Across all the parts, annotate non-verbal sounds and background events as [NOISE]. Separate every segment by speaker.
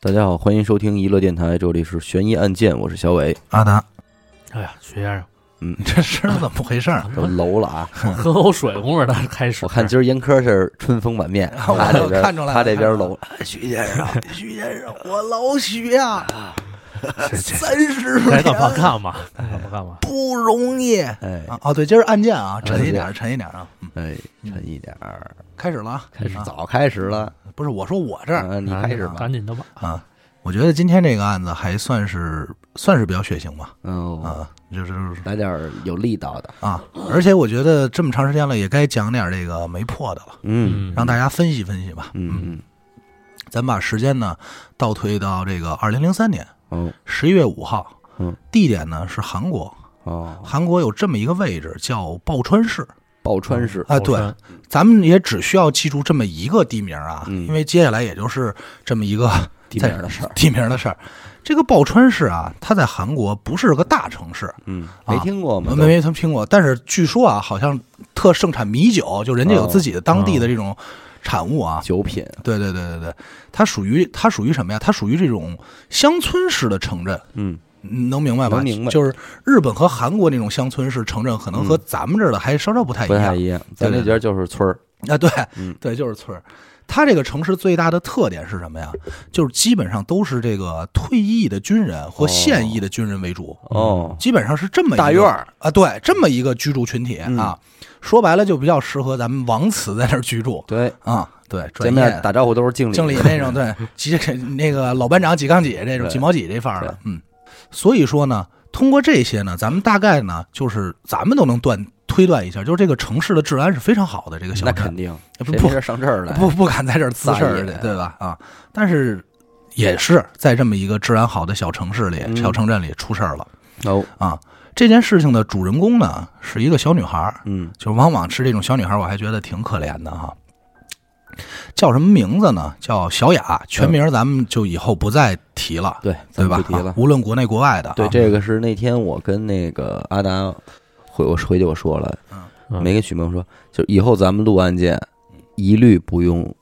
Speaker 1: 大家好，欢迎收听娱乐电台，这里是悬疑案件，我是小
Speaker 2: [LAUGHS]
Speaker 1: 伟。
Speaker 2: 阿达，
Speaker 3: 哎呀，徐先生，
Speaker 1: 嗯，
Speaker 2: 这声儿怎么回事儿？
Speaker 1: 都楼了啊！
Speaker 3: 喝口水功夫的开始。
Speaker 1: 我看今儿严科是春风满面，
Speaker 2: [LAUGHS] 我
Speaker 1: 他这边
Speaker 2: 看出来了
Speaker 1: 他这边
Speaker 2: [LAUGHS]
Speaker 1: 楼，
Speaker 2: [LAUGHS] 徐先生，徐先生，我老许呀， [LAUGHS]
Speaker 3: 这这
Speaker 2: 三十年
Speaker 3: 该干嘛干嘛，该干嘛干嘛。
Speaker 2: 不容易啊！
Speaker 1: 哎
Speaker 2: 哦，对，今儿案件啊，沉一点
Speaker 1: 哎
Speaker 2: 儿，沉一点儿啊，嗯
Speaker 1: 哎，沉一点儿，
Speaker 2: 开始了啊，
Speaker 1: 开始
Speaker 2: 啊
Speaker 1: 早开始了，
Speaker 2: 不是我说我这儿
Speaker 1: 嗯，你开始吧
Speaker 3: 哎赶。紧的吧。
Speaker 2: 啊，我觉得今天这个案子还算是算是比较血腥吧，
Speaker 1: 嗯，
Speaker 2: 啊，就是
Speaker 1: 来点儿有力道的。
Speaker 2: 啊，而且我觉得这么长时间了，也该讲点儿这个没破的了，
Speaker 1: 嗯
Speaker 2: 让大家分析分析吧。
Speaker 1: 嗯
Speaker 2: 咱把时间呢倒推到这个二零零三年
Speaker 1: 嗯，哦
Speaker 2: 十一月五号，
Speaker 1: 嗯，
Speaker 2: 地点呢是韩国，
Speaker 1: 哦，
Speaker 2: 韩国有这么一个位置叫报川市
Speaker 1: 报川市
Speaker 2: 啊，
Speaker 3: 宝
Speaker 2: 对，
Speaker 3: 山
Speaker 2: 咱们也只需要记住这么一个地名啊，
Speaker 1: 嗯
Speaker 2: 因为接下来也就是这么一个
Speaker 1: 地名的事儿，
Speaker 2: 地名的事儿。 [LAUGHS] 这个报川市啊，它在韩国不是个大城市，
Speaker 1: 嗯，没听过吗？
Speaker 2: 啊没没曾听过，但是据说啊，好像特盛产米酒，就人家有自己的当地的这种产物啊。
Speaker 1: 酒品，
Speaker 2: 对对对对对，它属于它属于什么呀？它属于这种乡村式的城镇，
Speaker 1: 嗯
Speaker 2: 嗯能明白吧？
Speaker 1: 能明白嗯
Speaker 2: 就是日本和韩国那种乡村式城镇，可能和咱们这儿的还稍稍不太一
Speaker 1: 不
Speaker 2: 样。
Speaker 1: 太一样，咱那
Speaker 2: 对对
Speaker 1: 边就是村儿，
Speaker 2: 啊，对，
Speaker 1: 嗯
Speaker 2: 对，就是村儿。它这个城市最大的特点是什么呀？就是基本上都是这个退役的军人或现役的军人为主，
Speaker 1: 哦，
Speaker 2: 基本上是这么一个
Speaker 1: 大院儿
Speaker 2: 啊，对，这么一个居住群体、
Speaker 1: 嗯
Speaker 2: 啊。说白了，就比较适合咱们王子在那儿居住
Speaker 1: 对，
Speaker 2: 啊。对，专
Speaker 1: 见面
Speaker 2: 业
Speaker 1: 打招呼都是敬礼，
Speaker 2: 经理那种，对，几那个老班长几杠几这种
Speaker 1: 对
Speaker 2: 几毛几这范儿的，嗯。所以说呢，通过这些呢，咱们大概呢，就是咱们都能断推断一下，就是这个城市的治安是非常好的，这个小
Speaker 1: [LAUGHS] 那
Speaker 2: 镇
Speaker 1: 肯定，
Speaker 2: 不
Speaker 1: 谁没事上这儿来？
Speaker 2: 不不敢在这儿滋事儿
Speaker 1: 撒野
Speaker 2: 去，对吧？啊，但是也是在这么一个治安好的小城市里、
Speaker 1: 嗯
Speaker 2: 小城镇里出事儿了
Speaker 1: 哦，
Speaker 2: 啊。这件事情的主人公呢是一个小女孩儿，
Speaker 1: 嗯
Speaker 2: 就是往往是这种小女孩儿，我还觉得挺可怜的哈。叫什么名字呢？叫小雅，全名咱们就以后不再提了，
Speaker 1: 对，
Speaker 2: 对
Speaker 1: 咱
Speaker 2: 吧
Speaker 1: 不？提
Speaker 2: 啊
Speaker 1: 了。
Speaker 2: 无论国内国外的啊，
Speaker 1: 对，这个是那天我跟那个阿达回我回去我说了，
Speaker 3: 嗯
Speaker 1: 没跟许萌说，就以后咱们录案件
Speaker 2: 嗯
Speaker 1: 一律不用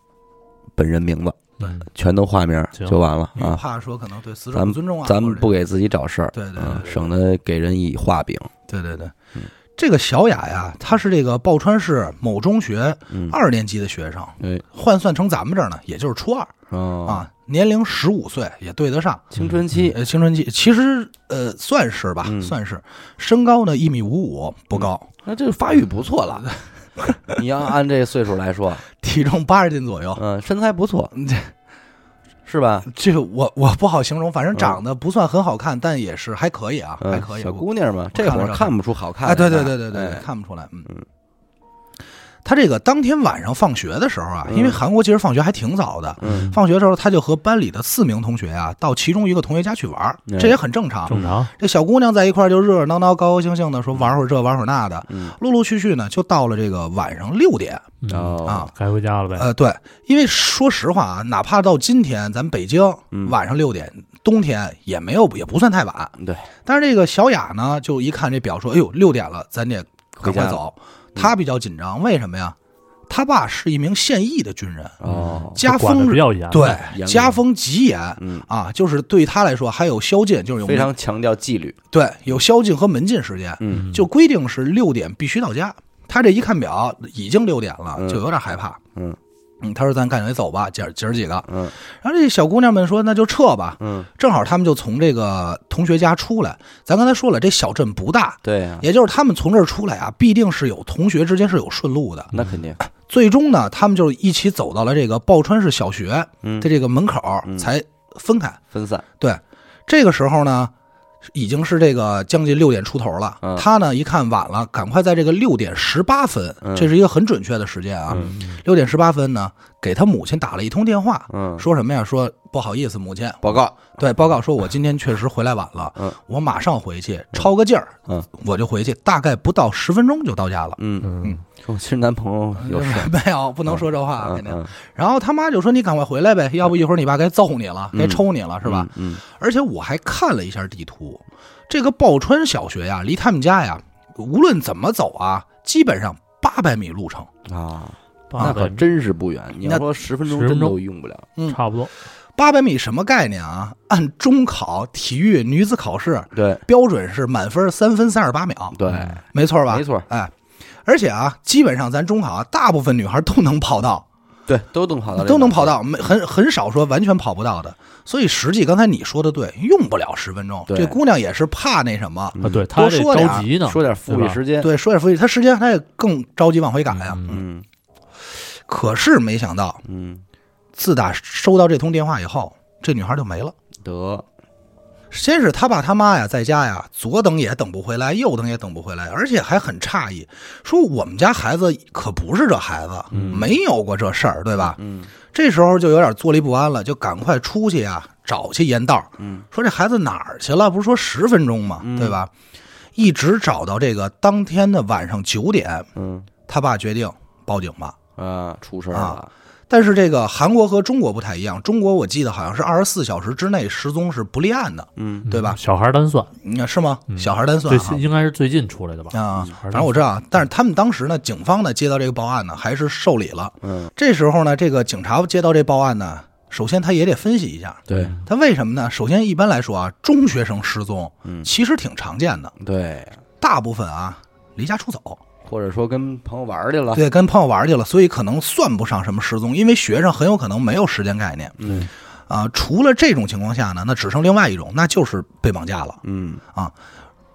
Speaker 1: 本人名字，
Speaker 3: 嗯
Speaker 1: 全都化名儿
Speaker 3: 行
Speaker 1: 就完了
Speaker 2: 因为
Speaker 1: 啊。
Speaker 2: 怕说可能对死者
Speaker 1: 咱
Speaker 2: 不
Speaker 1: 们
Speaker 2: 尊重啊，
Speaker 1: 咱
Speaker 2: 或
Speaker 1: 们
Speaker 2: 者
Speaker 1: 不给自己找事儿，
Speaker 2: 对对对
Speaker 1: 嗯
Speaker 2: 对
Speaker 1: 省得给人以画饼。
Speaker 2: 对对对
Speaker 1: 嗯，
Speaker 2: 这个小雅呀，她是这个报川市某中学
Speaker 1: 嗯，
Speaker 2: 二年级的学生，
Speaker 1: 哎，
Speaker 2: 换算成咱们这儿呢，也就是初二
Speaker 1: 哦，嗯
Speaker 2: 啊，年龄十五岁也对得上。
Speaker 1: 青春期，
Speaker 2: 呃，青春期其实呃算是吧，
Speaker 1: 嗯
Speaker 2: 算是。身高呢一米五五不高，
Speaker 1: 那这发育不错了。 [LAUGHS] 你要按这岁数来说，
Speaker 2: 体重八十斤左右。
Speaker 1: 嗯，身材不错，是吧？
Speaker 2: 这个我我不好形容，反正长得不算很好看，但也是还可以啊，还
Speaker 1: 嗯，
Speaker 2: 可以。
Speaker 1: 小姑娘嘛，这
Speaker 2: 看
Speaker 1: 会
Speaker 2: 了
Speaker 1: 儿
Speaker 2: 照
Speaker 1: 看不出好看
Speaker 2: 啊，
Speaker 1: 来的。
Speaker 2: 对对对对对，
Speaker 1: 哎
Speaker 2: 看不出来。嗯
Speaker 1: 嗯，
Speaker 2: 他这个当天晚上放学的时候啊，
Speaker 1: 嗯
Speaker 2: 因为韩国其实放学还挺早的，
Speaker 1: 嗯
Speaker 2: 放学的时候他就和班里的四名同学啊，到其中一个同学家去玩儿
Speaker 1: 嗯，
Speaker 2: 这也很正常。
Speaker 3: 正常。
Speaker 2: 这小姑娘在一块儿就热热闹闹、高高兴兴的说玩会儿这玩会儿那的，
Speaker 1: 嗯，
Speaker 2: 陆陆续续呢就到了这个晚上六点
Speaker 3: 嗯，
Speaker 1: 哦
Speaker 2: 啊。
Speaker 3: 该回家了呗。
Speaker 2: 呃，对，因为说实话啊，哪怕到今天，咱北京
Speaker 1: 嗯
Speaker 2: 晚上六点，冬天也没有也不算太晚。
Speaker 1: 对，
Speaker 2: 但是这个小雅呢，就一看这表说，哎呦，六点了，咱得赶
Speaker 1: 回家
Speaker 2: 快
Speaker 1: 了嗯
Speaker 2: 走。她比较紧张，为什么呀？她爸是一名现役的军人，
Speaker 1: 哦，
Speaker 2: 家
Speaker 3: 管得
Speaker 2: 风
Speaker 3: 比较严。
Speaker 2: 对
Speaker 1: 严格
Speaker 2: 家风极严。
Speaker 1: 嗯，
Speaker 2: 啊，就是对他来说还有宵禁，就是有
Speaker 1: 非
Speaker 2: 门
Speaker 1: 常强调纪律，
Speaker 2: 对有宵禁和门禁时间，
Speaker 1: 嗯
Speaker 2: 就规定是六点必须到家。他这一看表，已经六点了
Speaker 1: 嗯，
Speaker 2: 就有点害怕。
Speaker 1: 嗯
Speaker 2: 嗯，他说：“咱赶紧走吧，姐儿姐儿几个。”
Speaker 1: 嗯
Speaker 2: 然后这小姑娘们说：“那就撤吧。
Speaker 1: 嗯，”
Speaker 2: 正好他们就从这个同学家出来。咱刚才说了，这小镇不大，
Speaker 1: 对啊呀，
Speaker 2: 也就是他们从这儿出来啊，必定是有同学之间是有顺路的。
Speaker 1: 那肯定，
Speaker 2: 最终呢，他们就一起走到了这个报川市小学
Speaker 1: 嗯
Speaker 2: 的，这个门口，
Speaker 1: 嗯
Speaker 2: 才分开。
Speaker 1: 分散，
Speaker 2: 对，这个时候呢，已经是这个将近六点出头了。
Speaker 1: 嗯
Speaker 2: 他呢一看晚了，赶快在这个六点十八分
Speaker 1: 嗯，
Speaker 2: 这是一个很准确的时间啊。
Speaker 1: 嗯
Speaker 2: 六点十八分呢，给他母亲打了一通电话，
Speaker 1: 嗯，
Speaker 2: 说什么呀？说不好意思，母亲，
Speaker 1: 报告，
Speaker 2: 对，报告说我今天确实回来晚了，
Speaker 1: 嗯
Speaker 2: 我马上回去抄个劲儿，
Speaker 1: 嗯
Speaker 2: 我就回去，大概不到十分钟就到家了。
Speaker 1: 嗯，
Speaker 3: 嗯，
Speaker 1: 我其实男朋友有事，
Speaker 2: [LAUGHS] 没有，不能说这话啊，肯定。
Speaker 1: 嗯
Speaker 2: 然后他妈就说：“你赶快回来呗，要不一会儿你爸该揍你了，该抽你了，是吧？”？
Speaker 1: 嗯
Speaker 2: 而且我还看了一下地图，这个报川小学呀，离他们家呀，无论怎么走啊，基本上八百米路程。
Speaker 1: 嗯啊，
Speaker 3: 八
Speaker 1: 那
Speaker 3: 百
Speaker 1: 可真是不远，你要
Speaker 2: 那
Speaker 1: 说十分钟
Speaker 3: 10分
Speaker 1: 真
Speaker 3: 钟
Speaker 1: 都用不了，
Speaker 2: 嗯
Speaker 3: 差不多。
Speaker 2: 八百米什么概念啊？按中考体育女子考试
Speaker 1: 对
Speaker 2: 标准是满分三分三十八秒，
Speaker 1: 对，
Speaker 3: 嗯
Speaker 2: 没错吧？
Speaker 1: 嗯没错，
Speaker 2: 哎，而且啊，基本上咱中考啊，大部分女孩都能跑到，
Speaker 1: 对，都能跑到，
Speaker 2: 都能跑。到，没很很少说完全跑不到的。所以实际刚才你说的对，用不了十分钟。
Speaker 1: 对嗯
Speaker 2: 这姑娘也是怕那什么，
Speaker 3: 啊，对他
Speaker 2: 多
Speaker 3: 这
Speaker 2: 说点儿
Speaker 3: 着急呢，
Speaker 1: 说点富裕时间，
Speaker 2: 对，说也服气，她时间她也更着急往回赶
Speaker 3: 对
Speaker 2: 呀、
Speaker 3: 吧嗯，
Speaker 1: 嗯
Speaker 2: 可是没想到，
Speaker 1: 嗯，
Speaker 2: 自打收到这通电话以后，这女孩就没了。
Speaker 1: 得，
Speaker 2: 先是他爸他妈呀，在家呀，左等也等不回来，右等也等不回来，而且还很诧异，说我们家孩子可不是这孩子，没有过这事儿，对吧？
Speaker 1: 嗯
Speaker 2: 这时候就有点坐立不安了，就赶快出去呀，找去沿道，
Speaker 1: 嗯
Speaker 2: 说这孩子哪儿去了？不是说十分钟吗？
Speaker 1: 嗯
Speaker 2: 对吧？一直找到这个当天的晚上九点，
Speaker 1: 嗯
Speaker 2: 他爸决定报警吧。
Speaker 1: 啊，出事儿了，
Speaker 2: 但是这个韩国和中国不太一样，中国我记得好像是二十四小时之内失踪是不立案的，
Speaker 1: 嗯
Speaker 3: 嗯
Speaker 2: 对吧
Speaker 3: 小孩单算，
Speaker 2: 嗯是吗？
Speaker 3: 嗯
Speaker 2: 小孩单算
Speaker 3: 最
Speaker 2: 啊
Speaker 3: 新应该是最近出来的吧？
Speaker 2: 啊
Speaker 3: 小，孩
Speaker 2: 反
Speaker 3: 单
Speaker 2: 正我
Speaker 3: 算
Speaker 2: 知道啊，但是他们当时呢，警方呢接到这个报案呢，还是受理了。
Speaker 1: 嗯，
Speaker 2: 这时候呢，这个警察接到这报案呢，首先他也得分析一下，
Speaker 1: 对
Speaker 2: 他为什么呢？首先一般来说啊，中学生失踪
Speaker 1: 嗯
Speaker 2: 其实挺常见的，
Speaker 1: 对，
Speaker 2: 大部分啊离家出走，
Speaker 1: 嗯或者说跟朋友玩儿去了，
Speaker 2: 对，跟朋友玩去了，所以可能算不上什么失踪，因为学生很有可能没有时间概念
Speaker 1: 嗯
Speaker 2: 啊。除了这种情况下呢，那只剩另外一种，那就是被绑架了。
Speaker 1: 嗯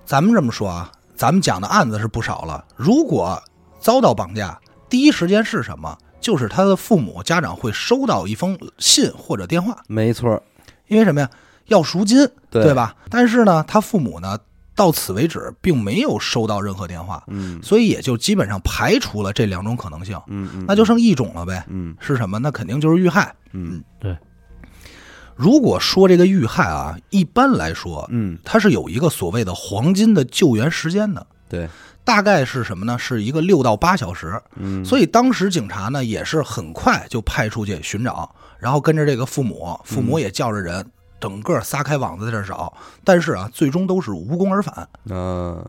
Speaker 2: 咱们这么说啊，咱们讲的案子是不少了。如果遭到绑架，第一时间是什么？就是他的父母、家长会收到一封信或者电话，
Speaker 1: 没错儿，
Speaker 2: 因为什么呀？要赎金，
Speaker 1: 对
Speaker 2: 对吧？但是呢，他父母呢，到此为止并没有收到任何电话，
Speaker 1: 嗯
Speaker 2: 所以也就基本上排除了这两种可能性，
Speaker 1: 嗯嗯，
Speaker 2: 那就剩一种了呗。
Speaker 1: 嗯
Speaker 2: 是什么？那肯定就是遇害。
Speaker 1: 嗯
Speaker 2: 如果说这个遇害啊，一般来说，
Speaker 1: 嗯，
Speaker 2: 它是有一个所谓的黄金的救援时间的。
Speaker 1: 对，
Speaker 2: 大概是什么呢？是一个六到八小时。
Speaker 1: 嗯
Speaker 2: 所以当时警察呢也是很快就派出去寻找，然后跟着这个父母，父母也叫着人，整个撒开网子在这儿找，但是啊，最终都是无功而返。
Speaker 1: 嗯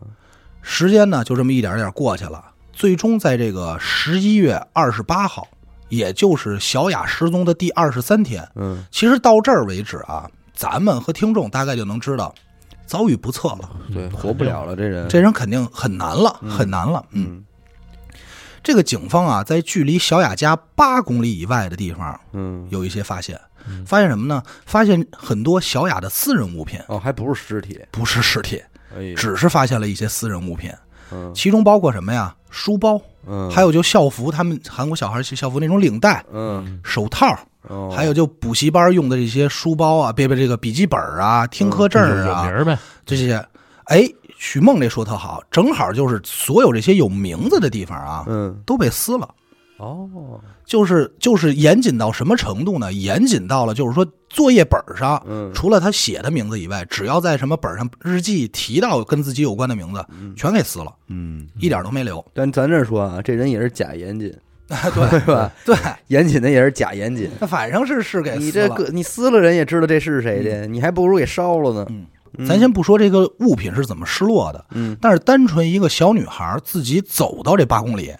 Speaker 2: 时间呢就这么一点点过去了，最终在这个十一月二十八号，也就是小雅失踪的第二十三天，
Speaker 1: 嗯，
Speaker 2: 其实到这儿为止啊，咱们和听众大概就能知道遭遇不测了，
Speaker 1: 对，活不了了，嗯这人，
Speaker 2: 这人肯定很难了，很难了，嗯。
Speaker 1: 嗯
Speaker 2: 这个警方啊，在距离小雅家八公里以外的地方
Speaker 1: 嗯，
Speaker 2: 有一些发现
Speaker 3: 嗯，
Speaker 2: 发现什么呢？发现很多小雅的私人物品，
Speaker 1: 哦，还不是尸体，
Speaker 2: 不是尸体，
Speaker 1: 哎呦，
Speaker 2: 只是发现了一些私人物品，
Speaker 1: 嗯
Speaker 2: 其中包括什么呀？书包，
Speaker 1: 嗯，
Speaker 2: 还有就校服，他们韩国小孩校服那种领带、
Speaker 1: 嗯，
Speaker 2: 手套，
Speaker 1: 哦
Speaker 2: 还有就补习班用的这些书包啊，别别这个笔记本啊、
Speaker 1: 嗯
Speaker 2: 听课证
Speaker 3: 有名
Speaker 2: 啊
Speaker 3: 儿呗，
Speaker 2: 这些。哎，许梦这说特好，正好就是所有这些有名字的地方啊，
Speaker 1: 嗯
Speaker 2: 都被撕了。
Speaker 1: 哦，
Speaker 2: 就是就是严谨到什么程度呢？严谨到了就是说作业本上，
Speaker 1: 嗯
Speaker 2: 除了他写的名字以外，只要在什么本上日记提到跟自己有关的名字，全给撕了，
Speaker 1: 嗯，
Speaker 2: 一点都没留。
Speaker 1: 但咱这说啊，这人也是假严谨，
Speaker 2: 对
Speaker 1: 啊 [LAUGHS] 对吧？
Speaker 2: 对，
Speaker 1: 严谨的也是假严谨。
Speaker 2: 哎那反正是是给
Speaker 1: 你
Speaker 2: 撕
Speaker 1: 这
Speaker 2: 了。
Speaker 1: 个你撕了人嗯也知道这是谁的，你还不如给烧了呢。
Speaker 2: 嗯咱先不说这个物品是怎么失落的，
Speaker 1: 嗯
Speaker 2: 但是单纯一个小女孩自己走到这八公里，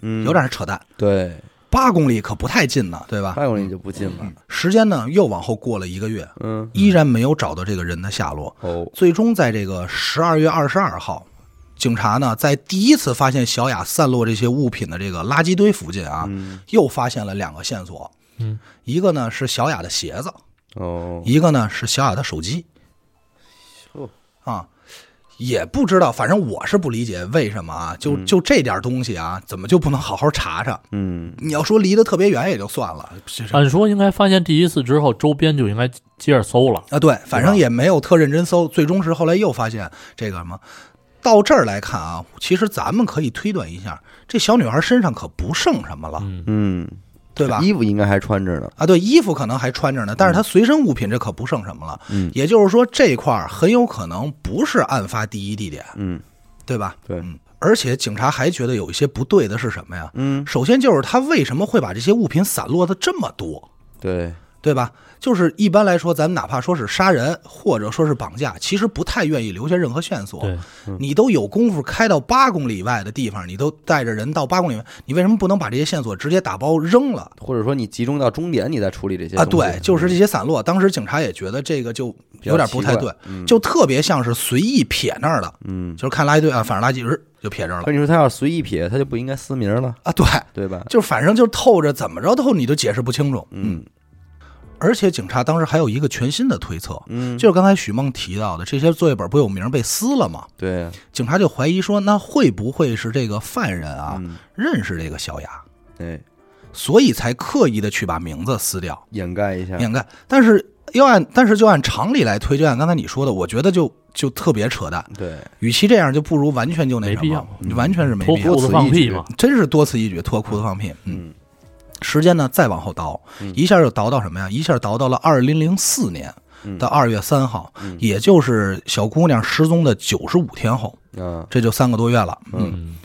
Speaker 1: 嗯，
Speaker 2: 有点扯淡。
Speaker 1: 对，嗯
Speaker 2: 八公里可不太近呢，对吧？
Speaker 1: 八公里就不近了。
Speaker 2: 时间呢又往后过了一个月，
Speaker 1: 嗯，
Speaker 2: 依然没有找到这个人的下落。
Speaker 1: 哦，
Speaker 2: 最终在这个十二月二十二号，警察呢在第一次发现小雅散落这些物品的这个垃圾堆附近啊，
Speaker 1: 嗯
Speaker 2: 又发现了两个线索，
Speaker 3: 嗯，
Speaker 2: 一个呢是小雅的鞋子，
Speaker 1: 哦，
Speaker 2: 一个呢是小雅的手机
Speaker 1: 哟。
Speaker 2: 啊，也不知道，反正我是不理解为什么啊，就就这点东西啊，怎么就不能好好查查？
Speaker 1: 嗯，
Speaker 2: 你要说离得特别远也就算了，其实
Speaker 3: 按说应该发现第一次之后，周边就应该接着搜了。
Speaker 2: 啊，对，反正也没有特认真搜，最终是后来又发现这个什么。到这儿来看啊，其实咱们可以推断一下，这小女孩身上可不剩什么了，
Speaker 3: 嗯，
Speaker 1: 嗯，
Speaker 2: 对吧？
Speaker 1: 衣服应该还穿着呢。
Speaker 2: 啊，对，衣服可能还穿着呢，但是她随身物品这可不剩什么了。
Speaker 1: 嗯，
Speaker 2: 也就是说这一块儿很有可能不是案发第一地点，
Speaker 1: 嗯，
Speaker 2: 对吧？
Speaker 1: 对
Speaker 2: 嗯。而且警察还觉得有一些不对的是什么呀？
Speaker 1: 嗯，
Speaker 2: 首先就是他为什么会把这些物品散落的这么多？
Speaker 1: 对，
Speaker 2: 对吧？就是一般来说，咱们哪怕说是杀人或者说是绑架，其实不太愿意留下任何线索。
Speaker 3: 对，
Speaker 1: 嗯
Speaker 2: 你都有功夫开到八公里以外的地方，你都带着人到八公里外，你为什么不能把这些线索直接打包扔了
Speaker 1: 或者说你集中到终点，你再处理这些
Speaker 2: 啊？
Speaker 1: 东西嗯
Speaker 2: 对，就是这些散落。当时警察也觉得这个就有点不太对，，
Speaker 1: 嗯
Speaker 2: 就特别像是随意撇那儿的，
Speaker 1: 嗯。
Speaker 2: 就是看垃圾堆啊，反正垃圾日就撇这儿了
Speaker 1: 可你说他要随意撇，他就不应该撕名了，
Speaker 2: 啊。对，
Speaker 1: 对吧？
Speaker 2: 就反正就透着怎么着透，你都解释不清楚。
Speaker 1: 嗯
Speaker 2: 而且警察当时还有一个全新的推测，
Speaker 1: 嗯，
Speaker 2: 就是刚才许梦提到的，这些作业本不有名被撕了吗？
Speaker 1: 对啊，
Speaker 2: 警察就怀疑说，那会不会是这个犯人啊、
Speaker 1: 嗯
Speaker 2: 认识这个小雅，
Speaker 1: 哎，
Speaker 2: 所以才刻意的去把名字撕掉
Speaker 1: 掩盖一下，
Speaker 2: 掩盖？但是要按，但是就按常理来推，就按刚才你说的，我觉得就就特别扯淡。
Speaker 1: 对，
Speaker 2: 与其这样，就不如完全就那什么，
Speaker 3: 没必要
Speaker 2: 完全是没
Speaker 3: 脱
Speaker 2: 必要
Speaker 3: 裤，子放屁嘛，
Speaker 2: 真是多此一举，脱裤子放屁。嗯，
Speaker 1: 嗯
Speaker 2: 时间呢再往后倒，一下就倒到什么呀？一下倒到了二零零四年的二月三号，
Speaker 1: 嗯
Speaker 2: 也就是小姑娘失踪的九十五天后，
Speaker 1: 啊，
Speaker 2: 这就三个多月了。
Speaker 1: 嗯
Speaker 3: 嗯，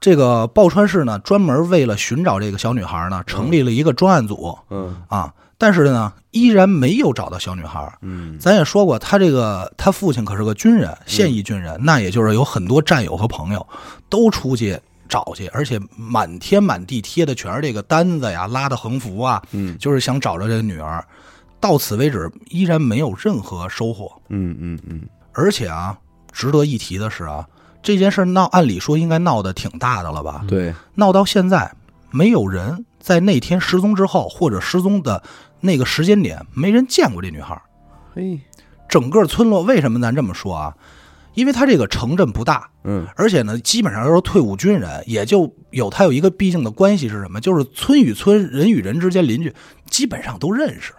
Speaker 2: 这个报川市呢，专门为了寻找这个小女孩呢，成立了一个专案组
Speaker 1: 嗯
Speaker 2: 啊，但是呢，依然没有找到小女孩。
Speaker 1: 嗯
Speaker 2: 咱也说过，他这个他父亲可是个军人，现役军人，那也就是有很多战友和朋友都出去找去，而且满天满地贴的全是这个单子呀、拉的横幅啊，
Speaker 1: 嗯
Speaker 2: 就是想找着这个女儿。到此为止，依然没有任何收获。
Speaker 1: 嗯嗯嗯，
Speaker 2: 而且啊，值得一提的是啊，这件事闹，按理说应该闹得挺大的了吧？
Speaker 1: 嗯对，
Speaker 2: 闹到现在，没有人在那天失踪之后，或者失踪的那个时间点，没人见过这女孩。
Speaker 1: 嘿，
Speaker 2: 整个村落为什么咱这么说啊？因为他这个城镇不大，
Speaker 1: 嗯
Speaker 2: 而且呢，基本上都是退伍军人，也就有他有一个必定的关系是什么？就是村与村、人与人之间邻居基本上都认识。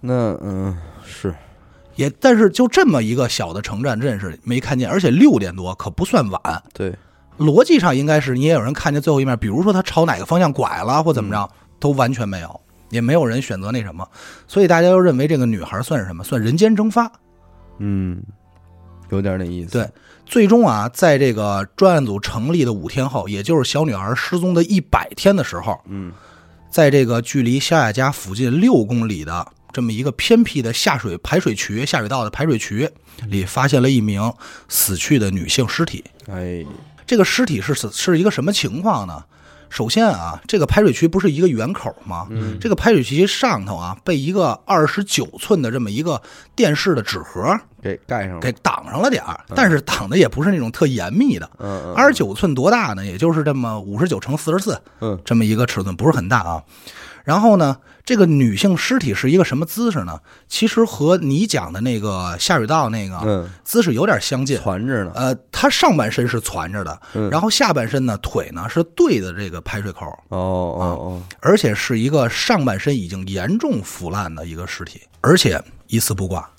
Speaker 1: 那嗯是，
Speaker 2: 也但是就这么一个小的城镇认识没看见，而且六点多可不算晚，
Speaker 1: 对，
Speaker 2: 逻辑上应该是你也有人看见最后一面，比如说他朝哪个方向拐了或怎么着，都完全没有，也没有人选择那什么，所以大家都认为这个女孩算是什么？算人间蒸发。
Speaker 1: 嗯，有点那意思，
Speaker 2: 对，最终啊，在这个专案组成立的五天后，也就是小女孩失踪的一百天的时候，
Speaker 1: 嗯，
Speaker 2: 在这个距离肖雅家附近六公里的这么一个偏僻的下水排水渠、下水道的排水渠里，发现了一名死去的女性尸体。
Speaker 1: 哎，
Speaker 2: 这个尸体是死是一个什么情况呢？首先啊，这个排水渠不是一个圆口吗？
Speaker 1: 嗯
Speaker 2: 这个排水渠上头啊，被一个二十九寸的这么一个电视的纸盒
Speaker 1: 给盖上了，
Speaker 2: 给挡上了点儿，但是挡的也不是那种特严密的。
Speaker 1: 嗯
Speaker 2: 二十九寸多大呢？也就是这么五十九乘四十四，
Speaker 1: 嗯，
Speaker 2: 这么一个尺寸，不是很大啊。然后呢，这个女性尸体是一个什么姿势呢？其实和你讲的那个下水道那个
Speaker 1: 嗯，
Speaker 2: 姿势有点相近。
Speaker 1: 传着呢，
Speaker 2: 呃，她上半身是攒着的，
Speaker 1: 嗯
Speaker 2: 然后下半身呢，腿呢是对着这个排水口，
Speaker 1: 哦哦
Speaker 2: 而且是一个上半身已经严重腐烂的一个尸体，而且一丝不挂。
Speaker 1: 哦，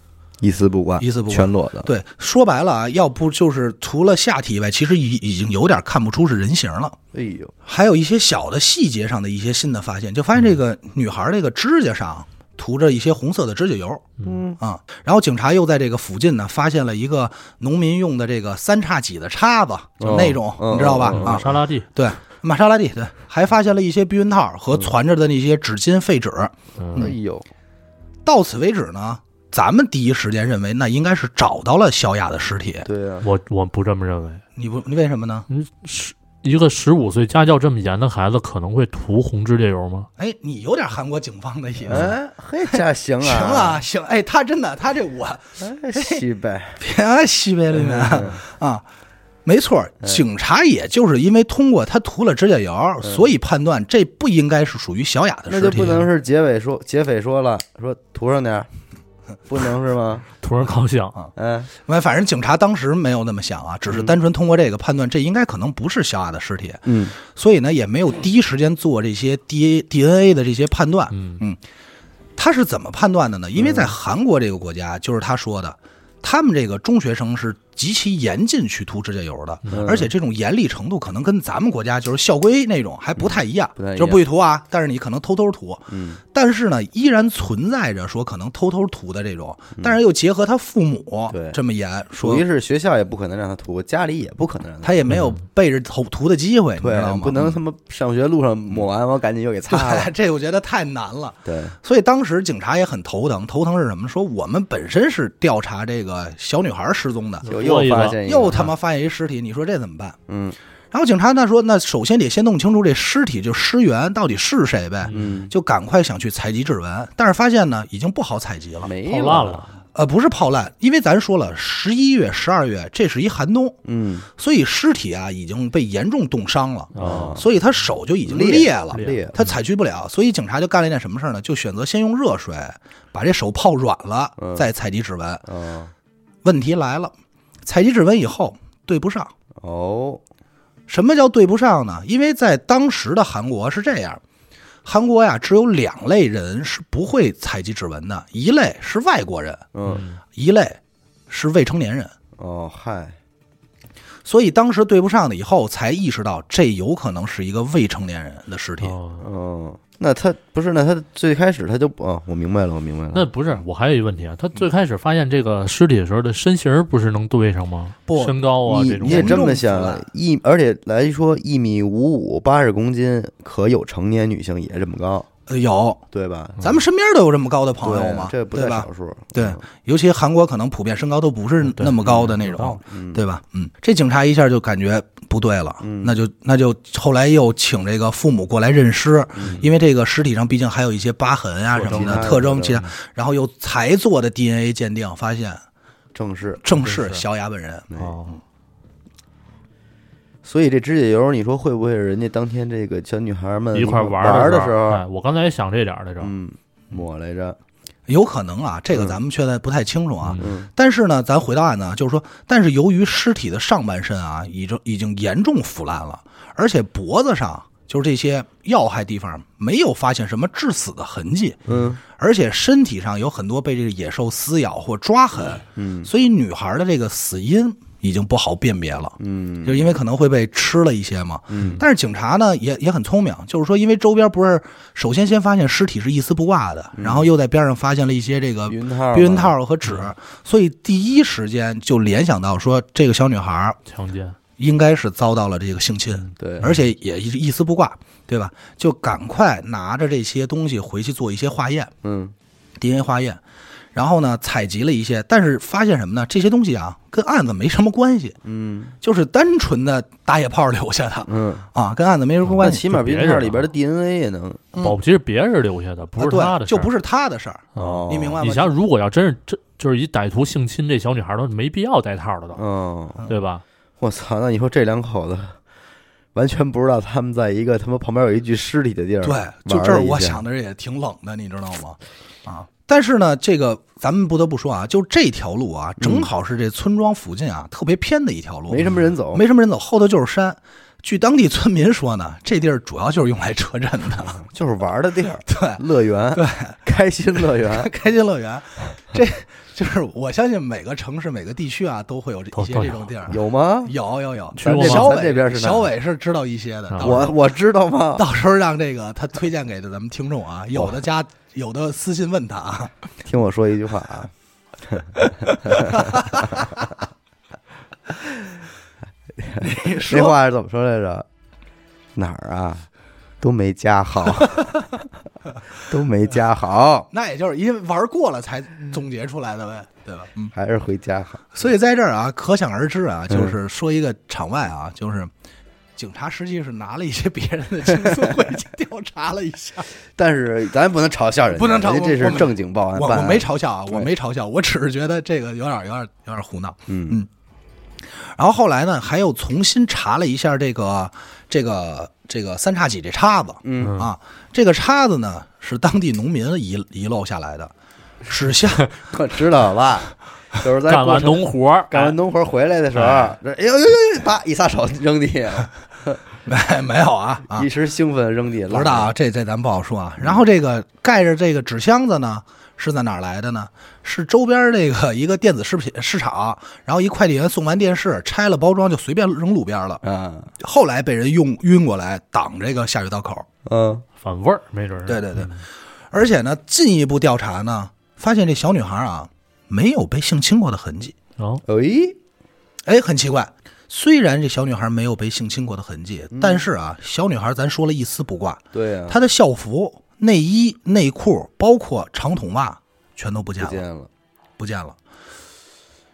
Speaker 1: 一丝不挂，
Speaker 2: 一丝不挂
Speaker 1: 全裸的，
Speaker 2: 对，说白了啊，要不就是除了下体以外，其实已已经有点看不出是人形了。
Speaker 1: 哎呦，
Speaker 2: 还有一些小的细节上的一些新的发现，就发
Speaker 1: 嗯
Speaker 2: 现这个女孩这个指甲上涂着一些红色的指甲油
Speaker 1: 嗯
Speaker 2: 啊、然后警察又在这个附近呢发现了一个农民用的这个三叉戟的叉子，就那种、
Speaker 1: 哦
Speaker 2: 你知道吧？
Speaker 1: 嗯
Speaker 2: 啊，
Speaker 3: 沙拉蒂，
Speaker 2: 对，玛莎拉蒂，对，还发现了一些避孕套
Speaker 1: 嗯
Speaker 2: 和攒着的那些纸巾、废纸。
Speaker 3: 嗯
Speaker 1: 哎呦，
Speaker 2: 到此为止呢，咱们第一时间认为那应该是找到了小雅的尸体，
Speaker 1: 对啊呀，
Speaker 3: 我我不这么认为。
Speaker 2: 你不，你为什么呢？
Speaker 3: 一个十五岁家教这么严的孩子，可能会涂红指甲油吗？ [LAUGHS]
Speaker 2: 哎，你有点韩国警方的意思。
Speaker 1: 哎，嘿，这行啊，
Speaker 2: 行啊，，行，哎，他真的，他这我
Speaker 1: 哎，西北，
Speaker 2: 别西北里面
Speaker 1: 嗯
Speaker 2: 啊，没错，
Speaker 1: 哎
Speaker 2: 警察也就是因为通过他涂了指甲油，所以判断这不应该是属于小雅的
Speaker 1: 嗯那
Speaker 2: 尸
Speaker 1: 就
Speaker 2: 体
Speaker 1: 不。能是劫匪说劫匪说了说涂上点儿，不能是吗？
Speaker 3: 涂上烤香，
Speaker 1: 嗯
Speaker 2: 完，反正警察当时没有那么想啊，只是单纯通过这个判断，这应该可能不是小雅的尸体，
Speaker 1: 嗯
Speaker 2: 所以呢，也没有第一时间做这些 D A D N A 的这些判断。
Speaker 3: 嗯
Speaker 2: 他
Speaker 1: 嗯
Speaker 2: 是怎么判断的呢？因为在韩国这个国家，就是他说的，他们这个中学生是极其严禁去涂指甲油的，
Speaker 1: 嗯
Speaker 2: 而且这种严厉程度可能跟咱们国家就是校规那种还不太一样，
Speaker 1: 嗯不太一样
Speaker 2: 就是不许涂啊，但是你可能偷偷涂，
Speaker 1: 嗯
Speaker 2: 但是呢，依然存在着说可能偷偷涂的这种，但是又结合他父母
Speaker 1: 嗯对
Speaker 2: 这么严，
Speaker 1: 属
Speaker 2: 说
Speaker 1: 于是学校也不可能让他涂，家里也不可能让他
Speaker 2: 他也没有背着头涂的机会，你知道
Speaker 1: 对，
Speaker 2: 吗？嗯
Speaker 1: 不能他妈上学路上抹完，我赶紧又给擦了。
Speaker 2: 对，这我觉得太难了。
Speaker 1: 对，
Speaker 2: 所以当时警察也很头疼，头疼是什么？说我们本身是调查这个小女孩失踪的，
Speaker 1: [LAUGHS] 就又发现一个
Speaker 2: 又他妈发现一尸体，你说这怎么办？
Speaker 1: 嗯
Speaker 2: 然后警察那说，那首先得先弄清楚这尸体就尸源到底是谁呗，
Speaker 1: 嗯，
Speaker 2: 就赶快想去采集指纹，但是发现呢，已经不好采集了。
Speaker 1: 没
Speaker 3: 跑烂，了，
Speaker 2: 呃，不是泡烂，因为咱说了，十一月、十二月这是一寒冬，
Speaker 1: 嗯，
Speaker 2: 所以尸体啊已经被严重冻伤了，
Speaker 1: 啊，
Speaker 2: 所以他手就已经
Speaker 1: 裂
Speaker 2: 裂了，
Speaker 1: 裂
Speaker 2: 他采取不了，所以警察就干了一件什么事儿呢？就选择先用热水把这手泡软了
Speaker 1: 嗯，
Speaker 2: 再采集指纹。
Speaker 1: 哦
Speaker 2: 问题来了，采集指纹以后对不上。
Speaker 1: 哦，
Speaker 2: 什么叫对不上呢？因为在当时的韩国是这样，韩国呀只有两类人是不会采集指纹的，一类是外国人，
Speaker 1: 嗯
Speaker 2: 一类是未成年人。
Speaker 1: 哦嗨，
Speaker 2: 所以当时对不上了以后，才意识到这有可能是一个未成年人的尸体。
Speaker 3: 哦
Speaker 1: 哦，那他不是那他最开始他就哦，我明白了，我明白了。
Speaker 3: 那不是，我还有一个问题啊，他
Speaker 1: 嗯
Speaker 3: 最开始发现这个尸体的时候的身形儿不是能对上吗？
Speaker 2: 不
Speaker 3: 身高啊
Speaker 1: 你
Speaker 3: 这种
Speaker 1: 你，得这
Speaker 2: 严
Speaker 1: 么
Speaker 2: 重
Speaker 1: 想
Speaker 2: 腐
Speaker 1: 啊
Speaker 2: 烂，
Speaker 1: 一而且来说一米五五八十公斤，可有成年女性也这么高，
Speaker 2: 呃，有，
Speaker 1: 对吧？
Speaker 2: 咱们身边都有这么高的朋友
Speaker 1: 嗯对啊
Speaker 2: 嘛，
Speaker 1: 这不
Speaker 2: 对
Speaker 1: 在
Speaker 2: 吧
Speaker 1: 少？数。
Speaker 2: 对
Speaker 1: 嗯，
Speaker 2: 尤其韩国可能普遍身高都不是那么高的那种，
Speaker 1: 嗯
Speaker 2: 对吧？嗯，这警察一下就感觉不对了，那就那就后来又请这个父母过来认尸，因为这个尸体上毕竟还有一些疤痕啊
Speaker 1: 嗯特
Speaker 2: 什
Speaker 1: 征
Speaker 2: 么
Speaker 1: 啊
Speaker 2: 的特征，
Speaker 1: 特
Speaker 2: 其
Speaker 1: 征
Speaker 2: 他，然后又才做的 DNA 鉴定，发现
Speaker 1: 正是。
Speaker 2: 正是
Speaker 3: 是
Speaker 2: 小雅本人。
Speaker 3: 哦，
Speaker 1: 所以这指甲油，你说会不会是人家当天这个小女孩们
Speaker 3: 一块
Speaker 1: 嗯玩
Speaker 3: 儿
Speaker 1: 儿
Speaker 3: 的
Speaker 1: 的时候，
Speaker 3: 哎，我刚才也想这点儿来着，
Speaker 1: 嗯，抹来着，
Speaker 2: 有可能啊，这个
Speaker 1: 嗯
Speaker 2: 咱们现在不太清楚啊。
Speaker 1: 嗯
Speaker 2: 但是呢，咱回到案呢，就是说，但是由于尸体的上半身啊，已经已经严重腐烂了，而且脖子上就是这些要害地方没有发现什么致死的痕迹，
Speaker 1: 嗯
Speaker 2: 而且身体上有很多被这个野兽撕咬或抓痕，
Speaker 1: 嗯
Speaker 2: 所以女孩的这个死因已经不好辨别了。
Speaker 1: 嗯
Speaker 2: 就因为可能会被吃了一些嘛。
Speaker 1: 嗯，
Speaker 2: 但是警察呢也也很聪明，就是说，因为周边不是首先先发现尸体是一丝不挂的，然后又在边上发现了一些这个
Speaker 1: 避孕嗯套，嗯
Speaker 2: 避孕，套和纸，所以第一时间就联想到说这个小女孩
Speaker 3: 强奸，
Speaker 1: 嗯
Speaker 2: 应该是遭到了这个性侵，
Speaker 1: 对，
Speaker 2: 而且也一一丝不挂，对吧？就赶快拿着这些东西回去做一些化验
Speaker 1: 嗯
Speaker 2: ，DNA 化验。然后呢，采集了一些，但是发现什么呢？这些东西啊，跟案子没什么关系，
Speaker 1: 嗯
Speaker 2: 就是单纯的打野炮留下的
Speaker 1: 嗯，
Speaker 2: 啊，跟案子没什么
Speaker 1: 那
Speaker 2: 关系。
Speaker 1: 起码避孕
Speaker 3: 别
Speaker 1: 套
Speaker 3: 人
Speaker 1: 里边的
Speaker 3: 啊
Speaker 1: DNA 也能
Speaker 2: 嗯
Speaker 3: 保不齐是别人留下的，哦不是
Speaker 2: 啊对
Speaker 3: 他的事
Speaker 2: 就
Speaker 3: 儿，
Speaker 2: 不是他的事儿，
Speaker 1: 哦，
Speaker 2: 你明白吗？
Speaker 3: 你想，如果要真是这就是一歹徒性侵这小女孩儿的，没必要带套了都，
Speaker 1: 哦，
Speaker 3: 对吧？
Speaker 1: [LAUGHS] 我操！那你说这两口子完全不知道他们在一个他妈旁边有一具尸体的地儿，
Speaker 2: 对，就这儿我想的是也挺冷的，你知道吗？啊，但是呢，这个咱们不得不说啊，就这条路啊，
Speaker 3: 嗯
Speaker 2: 正好是这村庄附近啊特别偏的一条路，
Speaker 1: 没什么人走，
Speaker 2: 没什么人走，后头就是山。据当地村民说呢，这地儿主要就是用来 [LAUGHS] 车震
Speaker 3: 嗯
Speaker 2: 的，
Speaker 1: 就是玩的地儿，
Speaker 2: 对，，
Speaker 1: [LAUGHS] 乐园，对，开心乐园
Speaker 2: [LAUGHS] 开心乐园，这就是我相信每个城市、每个地区啊都会有这
Speaker 3: 都
Speaker 2: 一些
Speaker 3: 都
Speaker 2: 这
Speaker 3: 有
Speaker 2: 种地儿，
Speaker 1: 有吗？
Speaker 2: 有有有，
Speaker 3: 去过吗
Speaker 2: 小
Speaker 1: 咱这边是
Speaker 2: 伟，
Speaker 1: 哪
Speaker 2: 小伟是知道一些的，
Speaker 3: 啊
Speaker 2: 到时候
Speaker 1: 我我知道吗？ [LAUGHS]
Speaker 2: 到时候让这个他推荐给咱们听众啊，有的家有的私信问他啊，
Speaker 1: 听我说一句话啊， [LAUGHS]
Speaker 2: 你
Speaker 1: 那
Speaker 2: 说
Speaker 1: 话是怎么说来着？哪儿啊？都没家好， [LAUGHS] 都没家好，
Speaker 2: 那也就是因为玩过了才总结出来的呗，对吧？嗯，
Speaker 1: 还是回家好。
Speaker 2: 所以在这儿啊，可想而知啊，
Speaker 3: 嗯
Speaker 2: 就是说一个场外啊，就是警察实际是拿了一些别人的 [LAUGHS] 情诉回去调查了一下，
Speaker 1: 但是咱不能嘲笑人家，
Speaker 2: 不能嘲
Speaker 1: 人家这
Speaker 2: 我
Speaker 1: 是
Speaker 2: 们
Speaker 1: 正经报案，
Speaker 2: 我
Speaker 1: 办
Speaker 2: 我
Speaker 1: 案
Speaker 2: 没嘲笑啊，
Speaker 1: 对
Speaker 2: 我没嘲笑，我只是觉得这个有点有点有点胡闹。
Speaker 1: 嗯
Speaker 2: 然后后来呢，还又重新查了一下这个这个这个三叉戟这叉子，
Speaker 1: 嗯
Speaker 2: 啊，这个叉子呢是当地农民遗遗漏下来的，驶向
Speaker 1: 我知道了，就是在
Speaker 3: 干
Speaker 1: 过
Speaker 3: 完
Speaker 1: 程
Speaker 3: 农活儿，
Speaker 1: 干
Speaker 3: 哎
Speaker 1: 完农活儿回来的时候，
Speaker 3: 哎
Speaker 1: 这哎呦呦呦，呦，啪一撒手扔地，
Speaker 2: [LAUGHS] 没没有啊啊，
Speaker 1: 一时兴奋扔地，
Speaker 2: 不知道啊，这这咱不好说啊。然后这个盖着这个纸箱子呢，是在哪儿来的呢？是周边这个一个电子饰品市场，然后一快递员送完电视，拆了包装就随便扔路边了。
Speaker 1: 嗯
Speaker 2: 后来被人用晕过来挡这个下水道口。
Speaker 1: 嗯
Speaker 3: 反味儿，没准儿。嗯
Speaker 2: 对对对，而且呢，进一步调查呢，发现这小女孩啊没有被性侵过的痕迹。
Speaker 3: 哦，
Speaker 1: 哎，
Speaker 2: 哎，很奇怪，虽然这小女孩没有被性侵过的痕迹，但是啊，小女孩咱说了一丝不挂，
Speaker 1: 对啊呀，
Speaker 2: 她的校服、内衣、内裤，包括长筒袜，全都不见
Speaker 1: 不
Speaker 2: 了，
Speaker 1: 见了，
Speaker 2: 不见了。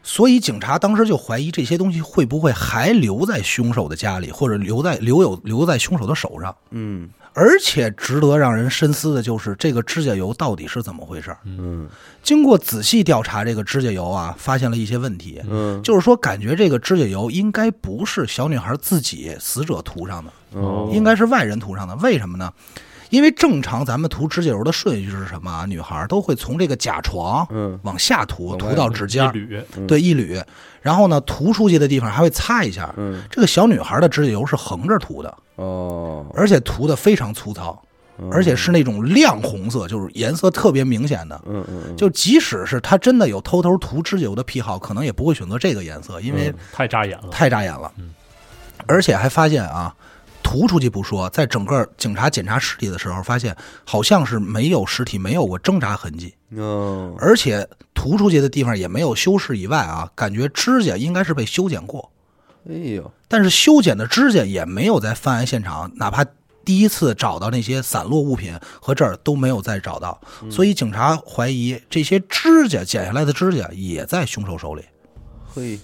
Speaker 2: 所以警察当时就怀疑这些东西会不会还留在凶手的家里，或者留在留有留在凶手的手上。
Speaker 1: 嗯
Speaker 2: 而且值得让人深思的就是，这个指甲油到底是怎么回事儿？
Speaker 1: 嗯
Speaker 2: 经过仔细调查，这个指甲油啊，发现了一些问题。
Speaker 1: 嗯
Speaker 2: 就是说，感觉这个指甲油应该不是小女孩自己死者涂上的，
Speaker 1: 哦
Speaker 2: 应该是外人涂上的。为什么呢？因为正常咱们涂指甲油的顺序是什么啊？女孩都会从这个甲床
Speaker 1: 嗯
Speaker 2: 往下涂，
Speaker 1: 往外
Speaker 2: 涂到指尖
Speaker 3: 一，缕
Speaker 1: 嗯
Speaker 2: 对，一缕。然后呢，涂出去的地方还会擦一下。
Speaker 1: 嗯
Speaker 2: 这个小女孩的指甲油是横着涂的，
Speaker 1: 哦，嗯
Speaker 2: 而且涂的非常粗糙，而且是那种亮红色，就是颜色特别明显的。
Speaker 1: 嗯嗯
Speaker 2: 就即使是他真的有偷偷涂指甲油的癖好，可能也不会选择这个颜色，因
Speaker 1: 嗯
Speaker 2: 为
Speaker 3: 太扎眼了。
Speaker 2: 太扎眼了。而且还发现啊，涂出去不说，在整个警察检查尸体的时候，发现好像是没有尸体没有过挣扎痕迹，
Speaker 1: 嗯哦
Speaker 2: 而且涂出去的地方也没有修饰以外啊，感觉指甲应该是被修剪过，
Speaker 1: 哎呦
Speaker 2: 但是修剪的指甲也没有在犯案现场，哪怕。第一次找到那些散落物品和这儿都没有再找到，所以警察怀疑这些指甲剪下来的指甲也在凶手手里。
Speaker 1: 嘿，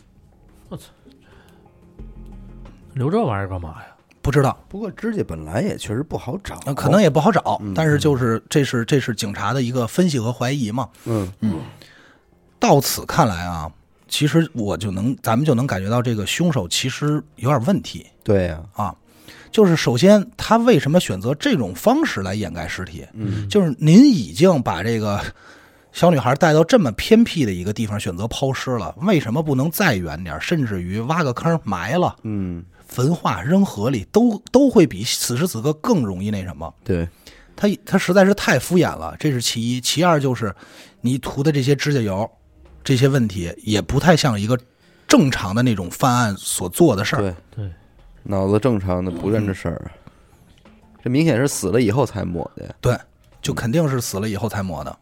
Speaker 3: 留这玩意儿干嘛呀？
Speaker 2: 不知道，
Speaker 1: 不过指甲本来也确实不好找啊
Speaker 2: 那，可能也不好找，但是就是这是这是警察的一个分析和怀疑嘛。
Speaker 1: 嗯
Speaker 2: 到此看来啊，其实我就能咱们就能感觉到这个凶手其实有点问题
Speaker 1: 对呀，
Speaker 2: 啊。就是首先，他为什么选择这种方式来掩盖尸体？嗯，就是您已经把这个小女孩带到这么偏僻的一个地方，选择抛尸了，为什么不能再远点儿，甚至于挖个坑埋了、
Speaker 1: 嗯
Speaker 2: 焚化、扔河里，都都会比此时此刻更容易那什么？
Speaker 1: 对，
Speaker 2: 他他实在是太敷衍了，这是其一。其二就是你涂的这些指甲油，这些问题也不太像一个正常的那种犯案所做的事儿。
Speaker 1: 对，
Speaker 3: 对，
Speaker 1: 脑子正常的不认这事儿，这明显是死了以后才抹的呀。
Speaker 2: 对，就肯定是死了以后才抹的。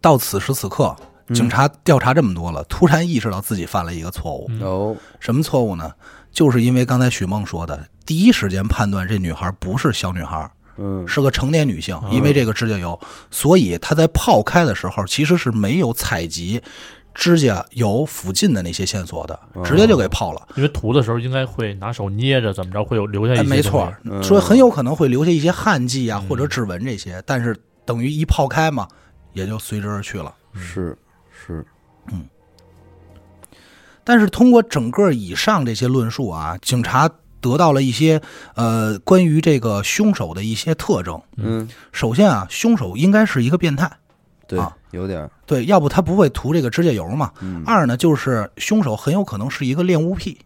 Speaker 2: 到此时此刻，警察调查这么多了，突然意识到自己犯了一个错误。
Speaker 3: 嗯
Speaker 1: 哦，
Speaker 2: 什么错误呢？就是因为刚才许梦说的，第一时间判断这女孩不是小女孩，
Speaker 1: 嗯
Speaker 2: 是个成年女性，因为这个指甲油，所以她在泡开的时候其实是没有采集指甲油附近的那些线索的，直接就给泡了。
Speaker 3: 因为涂的时候应该会拿手捏着，怎么着会有留下一些
Speaker 2: 哎，没
Speaker 3: 东西。嗯
Speaker 2: 错，
Speaker 1: 嗯
Speaker 2: 所以很有可能会留下一些汗迹啊，或者指纹这些，但是等于一泡开嘛，也就随之而去了。
Speaker 1: 是是，
Speaker 2: 但是通过整个以上这些论述啊，警察得到了一些呃关于这个凶手的一些特征。
Speaker 1: 嗯
Speaker 2: 首先啊，凶手应该是一个变态。
Speaker 1: 对
Speaker 2: 啊，
Speaker 1: 有点儿
Speaker 2: 对，要不他不会涂这个指甲油嘛。二呢，就是凶手很有可能是一个恋物癖，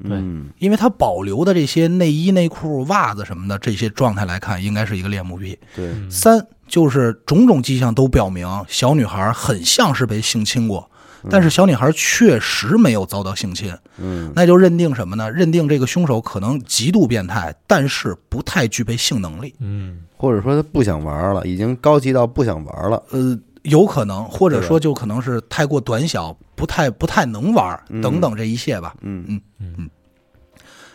Speaker 1: 嗯
Speaker 2: 因为他保留的这些内衣、内裤、袜子什么的这些状态来看，应该是一个恋物癖。
Speaker 1: 对，
Speaker 2: 三就是种种迹象都表明，小女孩很像是被性侵过，但是小女孩确实没有遭到性侵，
Speaker 1: 嗯
Speaker 2: 那就认定什么呢？认定这个凶手可能极度变态，但是不太具备性能力。
Speaker 3: 嗯，
Speaker 1: 或者说他不想玩儿了，已经高级到不想玩儿了。
Speaker 2: 呃，有可能，或者说就可能是太过短小，不太不太能玩儿等等这一切吧。
Speaker 1: 嗯
Speaker 2: 嗯嗯。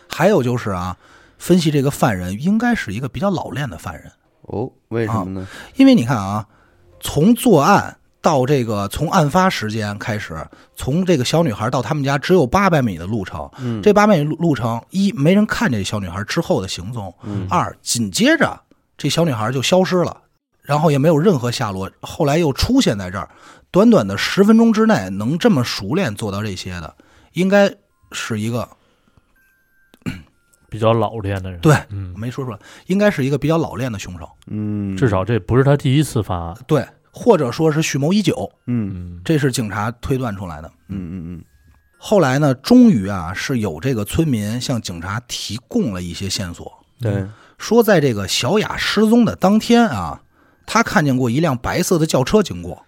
Speaker 2: 还有就是啊，分析这个犯人应该是一个比较老练的犯人，
Speaker 1: 哦，为什
Speaker 2: 啊
Speaker 1: 么呢？
Speaker 2: 因为你看啊，从作案到这个从案发时间开始，从这个小女孩到他们家只有八百米的路程。嗯，这八百米路路程，一没人看见小女孩之后的行踪，二紧接着这小女孩就消失了，然后也没有任何下落，后来又出现在这儿，短短的十分钟之内能这么熟练做到这些的，应该是一个
Speaker 3: 比较老练的人。，
Speaker 2: 对，
Speaker 3: 嗯
Speaker 2: 没说出来，应该是一个比较老练的凶手，
Speaker 1: 嗯，
Speaker 3: 至少这不是他第一次犯案。
Speaker 2: 对，或者说是蓄谋已久，
Speaker 1: 嗯
Speaker 3: 嗯，
Speaker 2: 这是警察推断出来的。
Speaker 1: 嗯嗯
Speaker 2: 后来呢，终于啊，是有这个村民向警察提供了一些线索，
Speaker 1: 嗯，对，
Speaker 2: 说在这个小雅失踪的当天啊，他看见过一辆白色的轿车经过，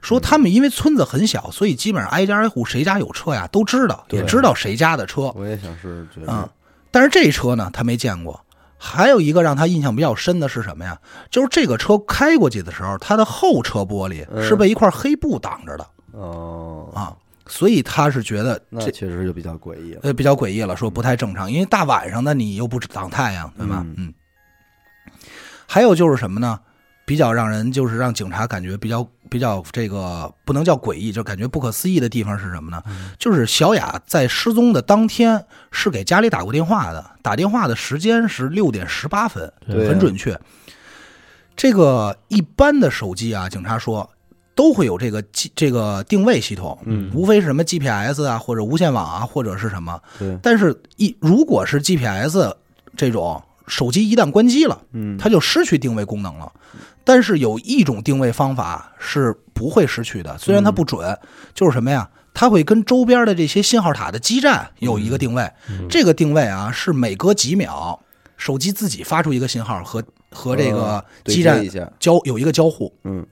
Speaker 2: 说他们因为村子很小，所以基本上挨家挨户谁家有车呀都知道，也
Speaker 1: 对
Speaker 2: 知道谁家的车。
Speaker 1: 我也想是觉得，
Speaker 2: 啊、但是这车呢，他没见过。还有一个让他印象比较深的是什么呀？就是这个车开过去的时候，它的后车玻璃
Speaker 1: 嗯
Speaker 2: 是被一块黑布挡着的
Speaker 1: 哦，
Speaker 2: 啊，所以他是觉得
Speaker 1: 那
Speaker 2: 这
Speaker 1: 确实就比较诡异了。
Speaker 2: 呃比较诡异了，说不太正常，因为大晚上的你又不挡太阳，对吧？嗯。还有就是什么呢？比较让人就是让警察感觉比较比较这个不能叫诡异，就感觉不可思议的地方是什么呢？就是小雅在失踪的当天是给家里打过电话的，打电话的时间是六点十八分，
Speaker 1: 对啊
Speaker 2: 很准确。这个一般的手机啊，警察说都会有这个记这个定位系统，
Speaker 1: 嗯
Speaker 2: 无非是什么 GPS 啊，或者无线网啊，或者是什么。
Speaker 1: 对，
Speaker 2: 但是一如果是 GPS 这种手机一旦关机了，
Speaker 1: 嗯，
Speaker 2: 它就失去定位功能了。但是有一种定位方法是不会失去的，虽
Speaker 1: 嗯
Speaker 2: 然它不准，就是什么呀？它会跟周边的这些信号塔的基站有
Speaker 1: 嗯
Speaker 2: 一个定位，这个定位啊是每隔几秒手机自己发出一个信号和和这个
Speaker 1: 呃对
Speaker 2: 基
Speaker 1: 接
Speaker 2: 站
Speaker 1: 一下，
Speaker 2: 交有一个交互，
Speaker 1: 嗯，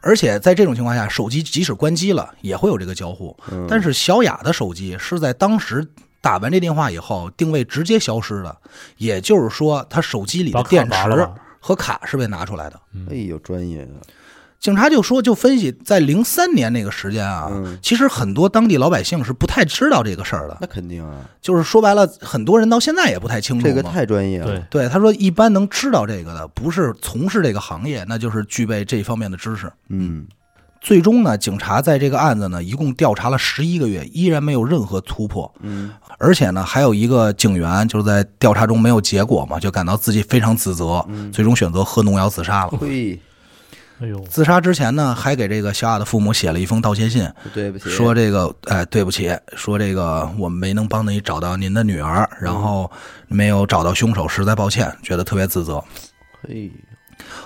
Speaker 2: 而且在这种情况下，手机即使关机了也会有这个交互。
Speaker 1: 嗯
Speaker 2: 但是小雅的手机是在当时打完这电话以后，定位直接消失了，也就是说，她手机里的
Speaker 3: 把卡
Speaker 2: 电
Speaker 3: 拔了
Speaker 2: 池
Speaker 3: 吧
Speaker 2: 和卡是被拿出来的。
Speaker 1: 哎呦，专业啊，
Speaker 2: 警察就说，就分析在零三年那个时间啊，
Speaker 1: 嗯
Speaker 2: 其实很多当地老百姓是不太知道这个事儿的，
Speaker 1: 那肯定啊，
Speaker 2: 就是说白了，很多人到现在也不太清楚
Speaker 1: 这个
Speaker 2: 嘛
Speaker 1: 太专业
Speaker 3: 对
Speaker 1: 了，，
Speaker 2: 嗯对，他说一般能知道这个的，不是从事这个行业，那就是具备这方面的知识。
Speaker 1: 嗯，
Speaker 2: 最终呢，警察在这个案子呢，一共调查了十一个月，依然没有任何突破。
Speaker 1: 嗯，
Speaker 2: 而且呢，还有一个警员就是在调查中没有结果嘛，就感到自己非常自责，最终选择喝农药自杀了。
Speaker 1: 嘿，
Speaker 3: 哎呦，
Speaker 2: 自杀之前呢，还给这个小雅的父母写了一封道歉信，
Speaker 1: 对不起，
Speaker 2: [LAUGHS] 说这个，哎，对不起，说这个我们没能帮您找到您的女儿，然后没有找到凶手，实在抱歉，觉得特别自责。
Speaker 1: 嘿，
Speaker 2: 嗯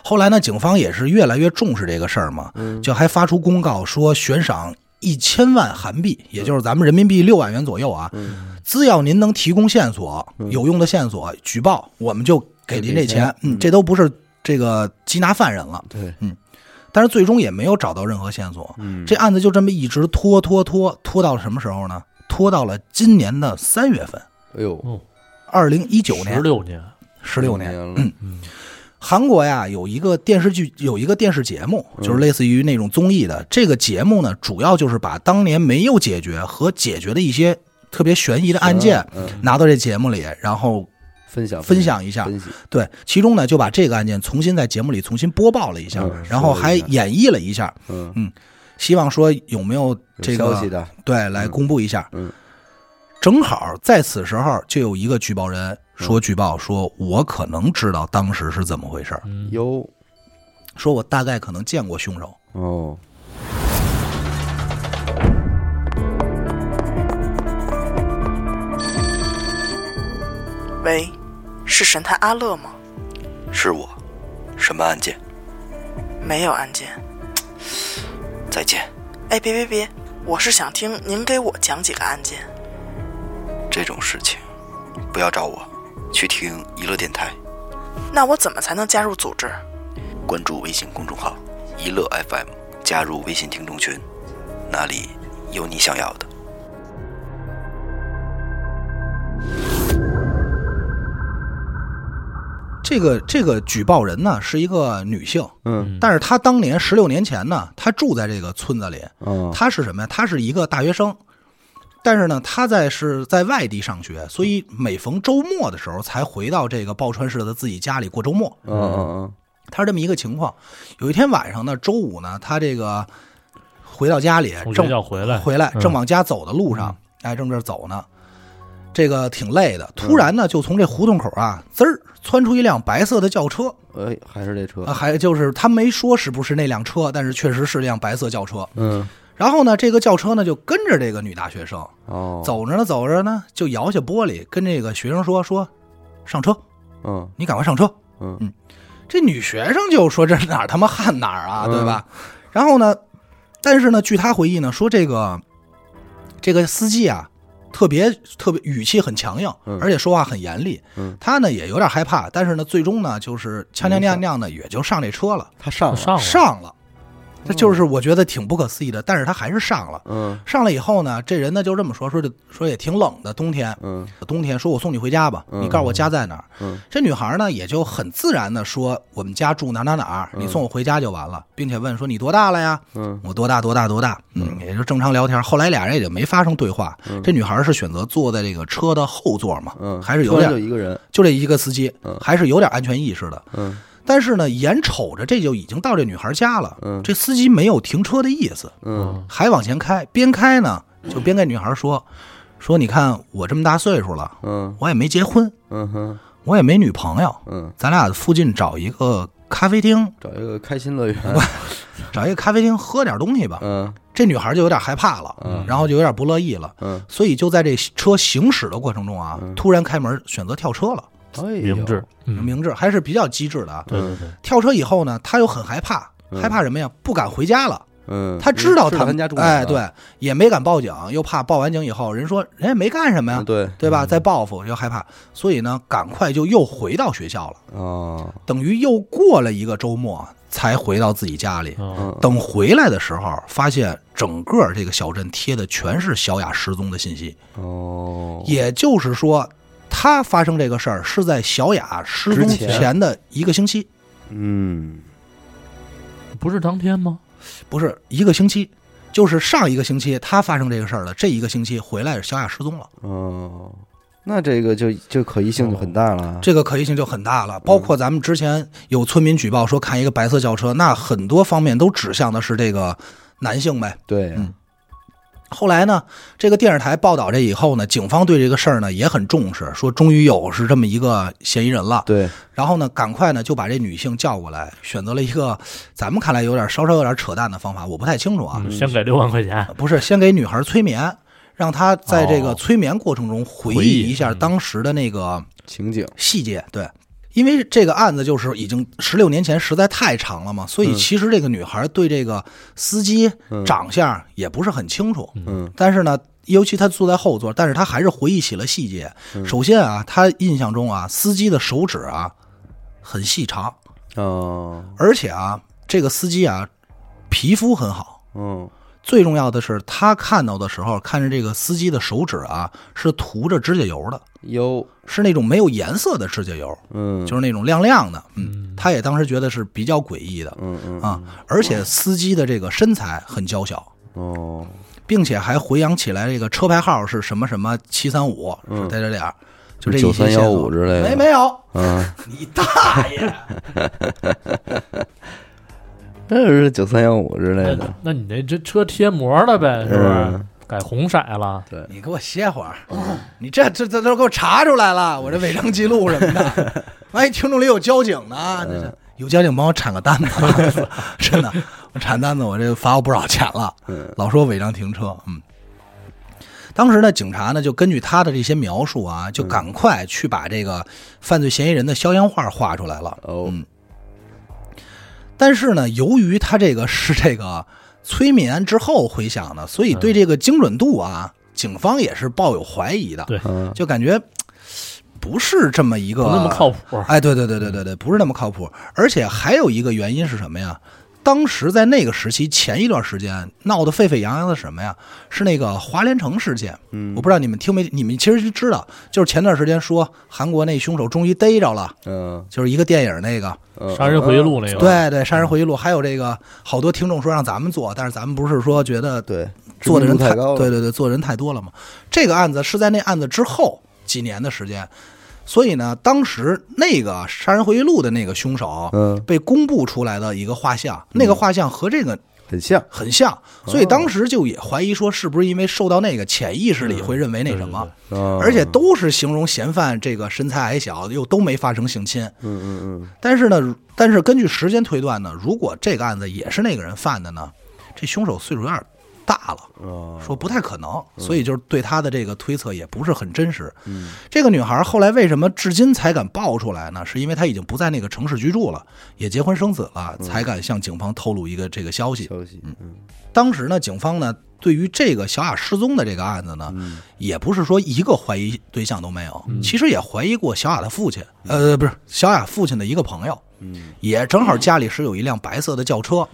Speaker 2: 后来呢，警方也是越来越重视这个事儿嘛，就还发出公告说悬赏一千万韩币，也就是咱们人民币六万元左右啊。只要您能提供线索，有用的线索举报，我们就给您这
Speaker 1: 给
Speaker 2: 钱
Speaker 1: 钱。
Speaker 2: 嗯，这都不是这个缉拿犯人了，
Speaker 1: 对，
Speaker 2: 但是最终也没有找到任何线索。
Speaker 1: 嗯，
Speaker 2: 这案子就这么一直拖拖拖拖到什么时候呢？拖到了今年的三月份，
Speaker 1: 哎呦，
Speaker 2: 二零一九年
Speaker 3: 十，六年，
Speaker 2: 嗯
Speaker 3: 嗯
Speaker 2: 十六年嗯
Speaker 1: 年。了，
Speaker 2: 韩国呀有一个电视剧，有一个电视节目，
Speaker 1: 嗯
Speaker 2: 就是类似于那种综艺的。这个节目呢，主要就是把当年没有解决和解决的一些特别悬疑的案件
Speaker 1: 嗯，
Speaker 2: 拿到这节目里，然后
Speaker 1: 分享
Speaker 2: 分享一下。
Speaker 1: 分析，
Speaker 2: 对，其中呢就把这个案件重新在节目里重新播报了一下，
Speaker 1: 嗯
Speaker 2: 然后还
Speaker 1: 说了一
Speaker 2: 演绎了一下，
Speaker 1: 嗯，
Speaker 2: 希望说有没有
Speaker 1: 有
Speaker 2: 这
Speaker 1: 消
Speaker 2: 个
Speaker 1: 息的，
Speaker 2: 对来公布一下。
Speaker 1: 嗯
Speaker 2: 正好在此时候就有一个举报人说举报说，我可能知道当时是怎么回事儿。
Speaker 3: 嗯，
Speaker 1: 有，
Speaker 2: 说我大概可能见过凶手。
Speaker 1: 哦，
Speaker 4: 喂，是神探阿乐吗？
Speaker 5: 是我，什么案件？
Speaker 4: 没有案件。
Speaker 5: 再见，
Speaker 4: 哎，别别别，我是想听您给我讲几个案件。
Speaker 5: 这种事情不要找我，去听娱乐电台，
Speaker 4: 那我怎么才能加入组织？
Speaker 5: 关注微信公众号“娱乐 FM”，加入微信听众群，那里有你想要的。
Speaker 2: 这个这个举报人呢是一个女性，
Speaker 1: 嗯，
Speaker 2: 但是她当年十六年前呢，她住在这个村子里，
Speaker 5: 嗯
Speaker 1: 哦，
Speaker 2: 她是什么呀？她是一个大学生，但是呢，她在是在外地上学，所以每逢周末的时候才回到这个报川市的自己家里过周末。
Speaker 1: 嗯嗯
Speaker 2: 她是这么一个情况。有一天晚上呢，周五呢，她这个回到家里
Speaker 3: 从学
Speaker 2: 正
Speaker 3: 校回
Speaker 1: 哎
Speaker 3: 来，
Speaker 2: 回来，
Speaker 3: 嗯
Speaker 2: 正往家走的
Speaker 1: 嗯
Speaker 2: 路上，哎，正这儿走呢，这个挺累的。
Speaker 1: 嗯
Speaker 2: 突然呢，就从这胡同口啊，滋儿窜出一辆白色的轿车，
Speaker 1: 嗯，哎，还是这车
Speaker 2: 啊，，还就是他没说是不是那辆车，但是确实是辆白色轿车。
Speaker 1: 嗯，
Speaker 2: 然后呢，这个轿车呢就跟着这个女大学生
Speaker 1: 哦，，
Speaker 2: 走着呢，走着呢就摇下玻璃，跟这个学生说说，上车，
Speaker 1: 嗯
Speaker 2: 你赶快上车。
Speaker 1: 嗯
Speaker 2: 这女学生就说这哪儿他妈焊哪儿
Speaker 1: 嗯
Speaker 2: 啊，对吧？然后呢，但是呢，据她回忆呢，说这个这个司机啊，特别特别语气很强硬，而且说话很严厉。
Speaker 1: 嗯
Speaker 2: 他呢也有点害怕，但是呢，最终呢就是踉踉跄跄呢也就上这车了，
Speaker 1: 他上了，
Speaker 3: 上了嗯
Speaker 2: 上了。这就是我觉得挺不可思议的，但是他还是上了。
Speaker 1: 嗯
Speaker 2: 上来以后呢，这人呢就这么说，说的说也挺冷的，冬天，
Speaker 1: 嗯
Speaker 2: 冬天说我送你回家吧，
Speaker 1: 嗯
Speaker 2: 你告诉我家在哪儿。
Speaker 1: 嗯
Speaker 2: 这女孩呢也就很自然的说我们家住哪儿哪儿哪儿，你送我回家就完了，并且问说你多大了呀？
Speaker 1: 嗯
Speaker 2: 我多大多大多大，嗯，也就正常聊天。后来俩人也就没发生对话。这女孩是选择坐在这个车的后座嘛，
Speaker 1: 嗯，
Speaker 2: 还是有
Speaker 1: 突然
Speaker 2: 点
Speaker 1: 就一个人，
Speaker 2: 就这一个司机
Speaker 1: 嗯，
Speaker 2: 还是有点安全意识的。
Speaker 1: 嗯
Speaker 2: 但是呢，眼瞅着这就已经到这女孩家了，
Speaker 1: 嗯
Speaker 2: 这司机没有停车的意思，
Speaker 1: 嗯
Speaker 2: 还往前开，边开呢就边跟女孩说：“说你看我这么大岁数了，
Speaker 1: 嗯
Speaker 2: 我也没结婚，
Speaker 1: 嗯哼
Speaker 2: 我也没女朋友，
Speaker 1: 嗯，
Speaker 2: 咱俩附近找一个咖啡厅，
Speaker 1: 找一个开心乐园，
Speaker 2: 找一个咖啡厅喝点东西吧。
Speaker 1: 嗯
Speaker 2: 这女孩就有点害怕了，
Speaker 1: 嗯
Speaker 2: 然后就有点不乐意了，
Speaker 1: 嗯，
Speaker 2: 所以就在这车行驶的过程中啊，
Speaker 1: 嗯
Speaker 2: 突然开门选择跳车了。
Speaker 1: 哎呦
Speaker 3: 明智，，嗯，
Speaker 2: 明智还是比较机智的啊。
Speaker 3: 对对对，
Speaker 2: 跳车以后呢，他又很害怕，
Speaker 1: 嗯
Speaker 2: 害怕什么呀？不敢回家了。
Speaker 1: 嗯，
Speaker 2: 他知道他
Speaker 1: 他
Speaker 2: 们
Speaker 1: 家住哪儿
Speaker 2: 哎，
Speaker 1: 了，
Speaker 2: 对，也没敢报警，又怕报完警以后人说人也没干什么呀
Speaker 1: 嗯，对
Speaker 2: 对吧？再报复又害怕，所以呢，赶快就又回到学校了。
Speaker 1: 哦，
Speaker 2: 等于又过了一个周末才回到自己家里。
Speaker 3: 嗯
Speaker 1: 嗯
Speaker 2: 等回来的时候，发现整个这个小镇贴的全是小雅失踪的信息，
Speaker 1: 哦，
Speaker 2: 也就是说，他发生这个事儿是在小雅失踪
Speaker 1: 之前
Speaker 2: 前的一个星期，
Speaker 1: 嗯
Speaker 3: 不是当天吗？
Speaker 2: 不是一个星期，就是上一个星期他发生这个事儿了，这一个星期回来小雅失踪了，
Speaker 1: 哦，那这个就就可疑性就很大了，
Speaker 2: 哦这个可疑性就很大了。包括咱们之前有村民举报说看一个白色轿车，那很多方面都指向的是这个男性呗。
Speaker 1: 对呀，
Speaker 2: 嗯后来呢，这个电视台报道这以后呢，警方对这个事儿呢也很重视，说终于有是这么一个嫌疑人了。
Speaker 1: 对，
Speaker 2: 然后呢，赶快呢就把这女性叫过来，选择了一个咱们看来有点稍稍有点扯淡的方法，我不太清楚啊。
Speaker 3: 嗯先给六万块钱，
Speaker 2: 不是，先给女孩催眠，让她在这个
Speaker 3: 哦
Speaker 2: 催眠过程中回
Speaker 3: 回忆
Speaker 2: 忆一下当时的那个
Speaker 1: 情景，
Speaker 2: 细节。对，
Speaker 1: 嗯
Speaker 2: 因为这个案子就是已经十六年前，实在太长了嘛，所以
Speaker 1: 嗯
Speaker 2: 其实这个女孩对这个司机
Speaker 1: 嗯
Speaker 2: 长相也不是很清楚。
Speaker 1: 嗯
Speaker 2: 但是呢，尤其他坐在后座，但是他还是回忆起了细节。
Speaker 1: 嗯
Speaker 2: 首先啊，他印象中啊，司机的手指啊很细长，
Speaker 1: 哦，
Speaker 2: 而且啊，这个司机啊皮肤很好。
Speaker 1: 嗯
Speaker 2: 最重要的是，他看到的时候，看着这个司机的手指啊，是涂着指甲油的，
Speaker 1: 有，
Speaker 2: 是那种没有颜色的指甲油，
Speaker 1: 嗯
Speaker 2: 就是那种亮亮的。嗯，他也当时觉得是比较诡异的
Speaker 1: 嗯嗯
Speaker 2: 啊。而且司机的这个身材很娇小，
Speaker 1: 哦，
Speaker 2: 并且还回想起来这个车牌号是什么什么七三五，
Speaker 1: 嗯
Speaker 2: 是在这俩，就这一些线索哎
Speaker 1: 9315之类的
Speaker 2: 没没有，
Speaker 1: 啊，
Speaker 2: [LAUGHS] 你大爷！
Speaker 1: 那是九三幺五之类
Speaker 3: 那
Speaker 1: 的，
Speaker 3: 那你那这车贴膜了呗，是不是
Speaker 1: 嗯？
Speaker 3: 改红色了，
Speaker 2: 你给我歇会儿，你这这这都给我查出来了，我这违章记录什
Speaker 1: [LAUGHS]
Speaker 2: 么的，万一听众里有交警
Speaker 1: 嗯
Speaker 2: 呢？这是有交警帮我铲个单子， [LAUGHS] 真的，我铲单子我这罚我不少钱了，
Speaker 1: 嗯
Speaker 2: 老说违章停车，嗯。当时呢，警察呢就根据他的这些描述啊，
Speaker 1: 嗯
Speaker 2: 就赶快去把这个犯罪嫌疑人的肖像画画出来了。
Speaker 1: 哦，
Speaker 2: 嗯但是呢，由于他这个是这个催眠之后回想的，所以对这个精准度啊，警方也是抱有怀疑的，
Speaker 3: 对
Speaker 1: 嗯
Speaker 2: 就感觉嘖不是这么一个
Speaker 3: 不那么靠谱。
Speaker 2: 哎，对对对对对对，不是那么靠谱。而且还有一个原因是什么呀？当时在那个时期，前一段时间闹得沸沸扬扬的是什么呀？是那个华联城事件。嗯，我不知道你们听没？你们其实知道，就是前段时间说韩国那凶手终于逮着了，
Speaker 1: 嗯
Speaker 2: 就是一个电影那个。
Speaker 1: 嗯，
Speaker 3: 杀人回忆录那个，，
Speaker 2: 对对，《杀人回忆录》还有这个，好多听众说让咱们做，但是咱们不是说觉得
Speaker 1: 对，
Speaker 2: 做的人
Speaker 1: 知名度
Speaker 2: 太
Speaker 1: 太高了，
Speaker 2: 对对对，做的人太多了嘛。这个案子是在那案子之后几年的时间，所以呢，当时那个《杀人回忆录》的那个凶手啊
Speaker 1: 嗯，
Speaker 2: 被公布出来的一个画像，那个画像和这个
Speaker 1: 很像，
Speaker 2: 很像，所以当时就也怀疑说是不是因为受到那个潜意识里会认为那什么。
Speaker 1: 啊
Speaker 2: 而且都是形容嫌犯这个身材矮小，又都没发生性侵，
Speaker 1: 嗯嗯
Speaker 2: 但是呢，但是根据时间推断呢，如果这个案子也是那个人犯的呢，这凶手岁数有点大了，
Speaker 1: 哦，
Speaker 2: 说不太可能，所以就是对她的这个推测也不是很真实。这个女孩后来为什么至今才敢爆出来呢？是因为她已经不在那个城市居住了，也结婚生子了，才敢向警方透露一个这个消息。
Speaker 1: 消息，嗯
Speaker 2: 当时呢，警方呢对于这个小雅失踪的这个案子呢，也不是说一个怀疑对象都没有，其实也怀疑过小雅的父亲，呃，不是小雅父亲的一个朋友，
Speaker 1: 嗯
Speaker 2: 也正好家里是有一辆白色的轿车，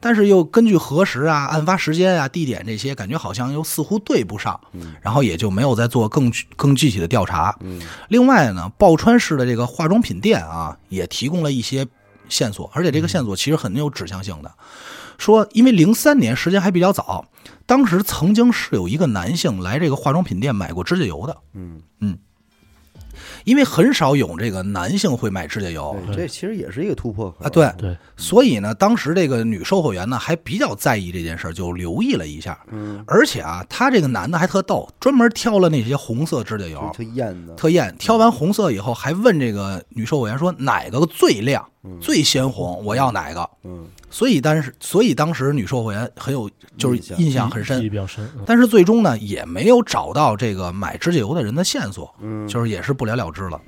Speaker 2: 但是又根据核实啊、案发时间啊、地点这些，感觉好像又似乎对不上，然后也就没有再做更具更具体的调查。另外呢，报川市的这个化妆品店啊，也提供了一些线索，而且这个线索其实很有指向性的。说，因为零三年时间还比较早，当时曾经是有一个男性来这个化妆品店买过指甲油的，
Speaker 1: 嗯，
Speaker 2: 因为很少有这个男性会买指甲油，
Speaker 1: 哎这其实也是一个突破口
Speaker 2: 嗯啊，对，
Speaker 3: 对，
Speaker 2: 所以呢，当时这个女售货员呢还比较在意这件事儿，就留意了一下。嗯，而且啊，他这个男的还特逗，专门挑了那些红色指甲油，
Speaker 1: 特艳的，
Speaker 2: 特艳。挑完红色以后，还问这个女售货员说哪个最亮、最鲜红，我要哪个。
Speaker 1: 嗯，
Speaker 2: 所以当时，所以当时女售货员很有，就是
Speaker 1: 印象
Speaker 2: 印象很
Speaker 3: 记忆
Speaker 2: 深。
Speaker 3: 比较深。嗯
Speaker 2: 但是最终呢，也没有找到这个买指甲油的人的线索，嗯，就是也是不了了之了。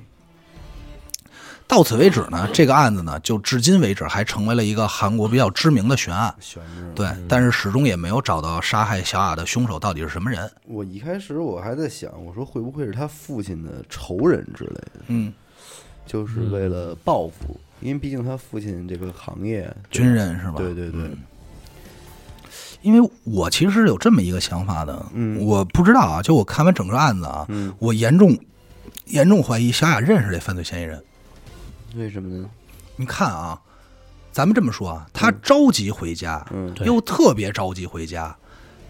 Speaker 2: 到此为止呢，这个案子呢，就至今为止还成为了一个韩国比较知名的悬案，
Speaker 1: 悬嗯着。
Speaker 2: 对，但是始终也没有找到杀害小雅的凶手到底是什么人。
Speaker 1: 我一开始我还在想，我说会不会是他父亲的仇人之类的，
Speaker 2: 嗯，
Speaker 1: 就是为了报复，因为毕竟他父亲这个行业，
Speaker 2: 军人是吧？
Speaker 1: 对对对，
Speaker 2: 因为我其实有这么一个想法的，
Speaker 1: 嗯
Speaker 2: 我不知道啊，就我看完整个案子啊，我严重严重怀疑小雅认识这犯罪嫌疑人。
Speaker 1: 为什么呢？
Speaker 2: 你看啊，咱们这么说啊，他
Speaker 1: 嗯
Speaker 2: 着急回家，
Speaker 3: 对
Speaker 2: 又特别着急回家，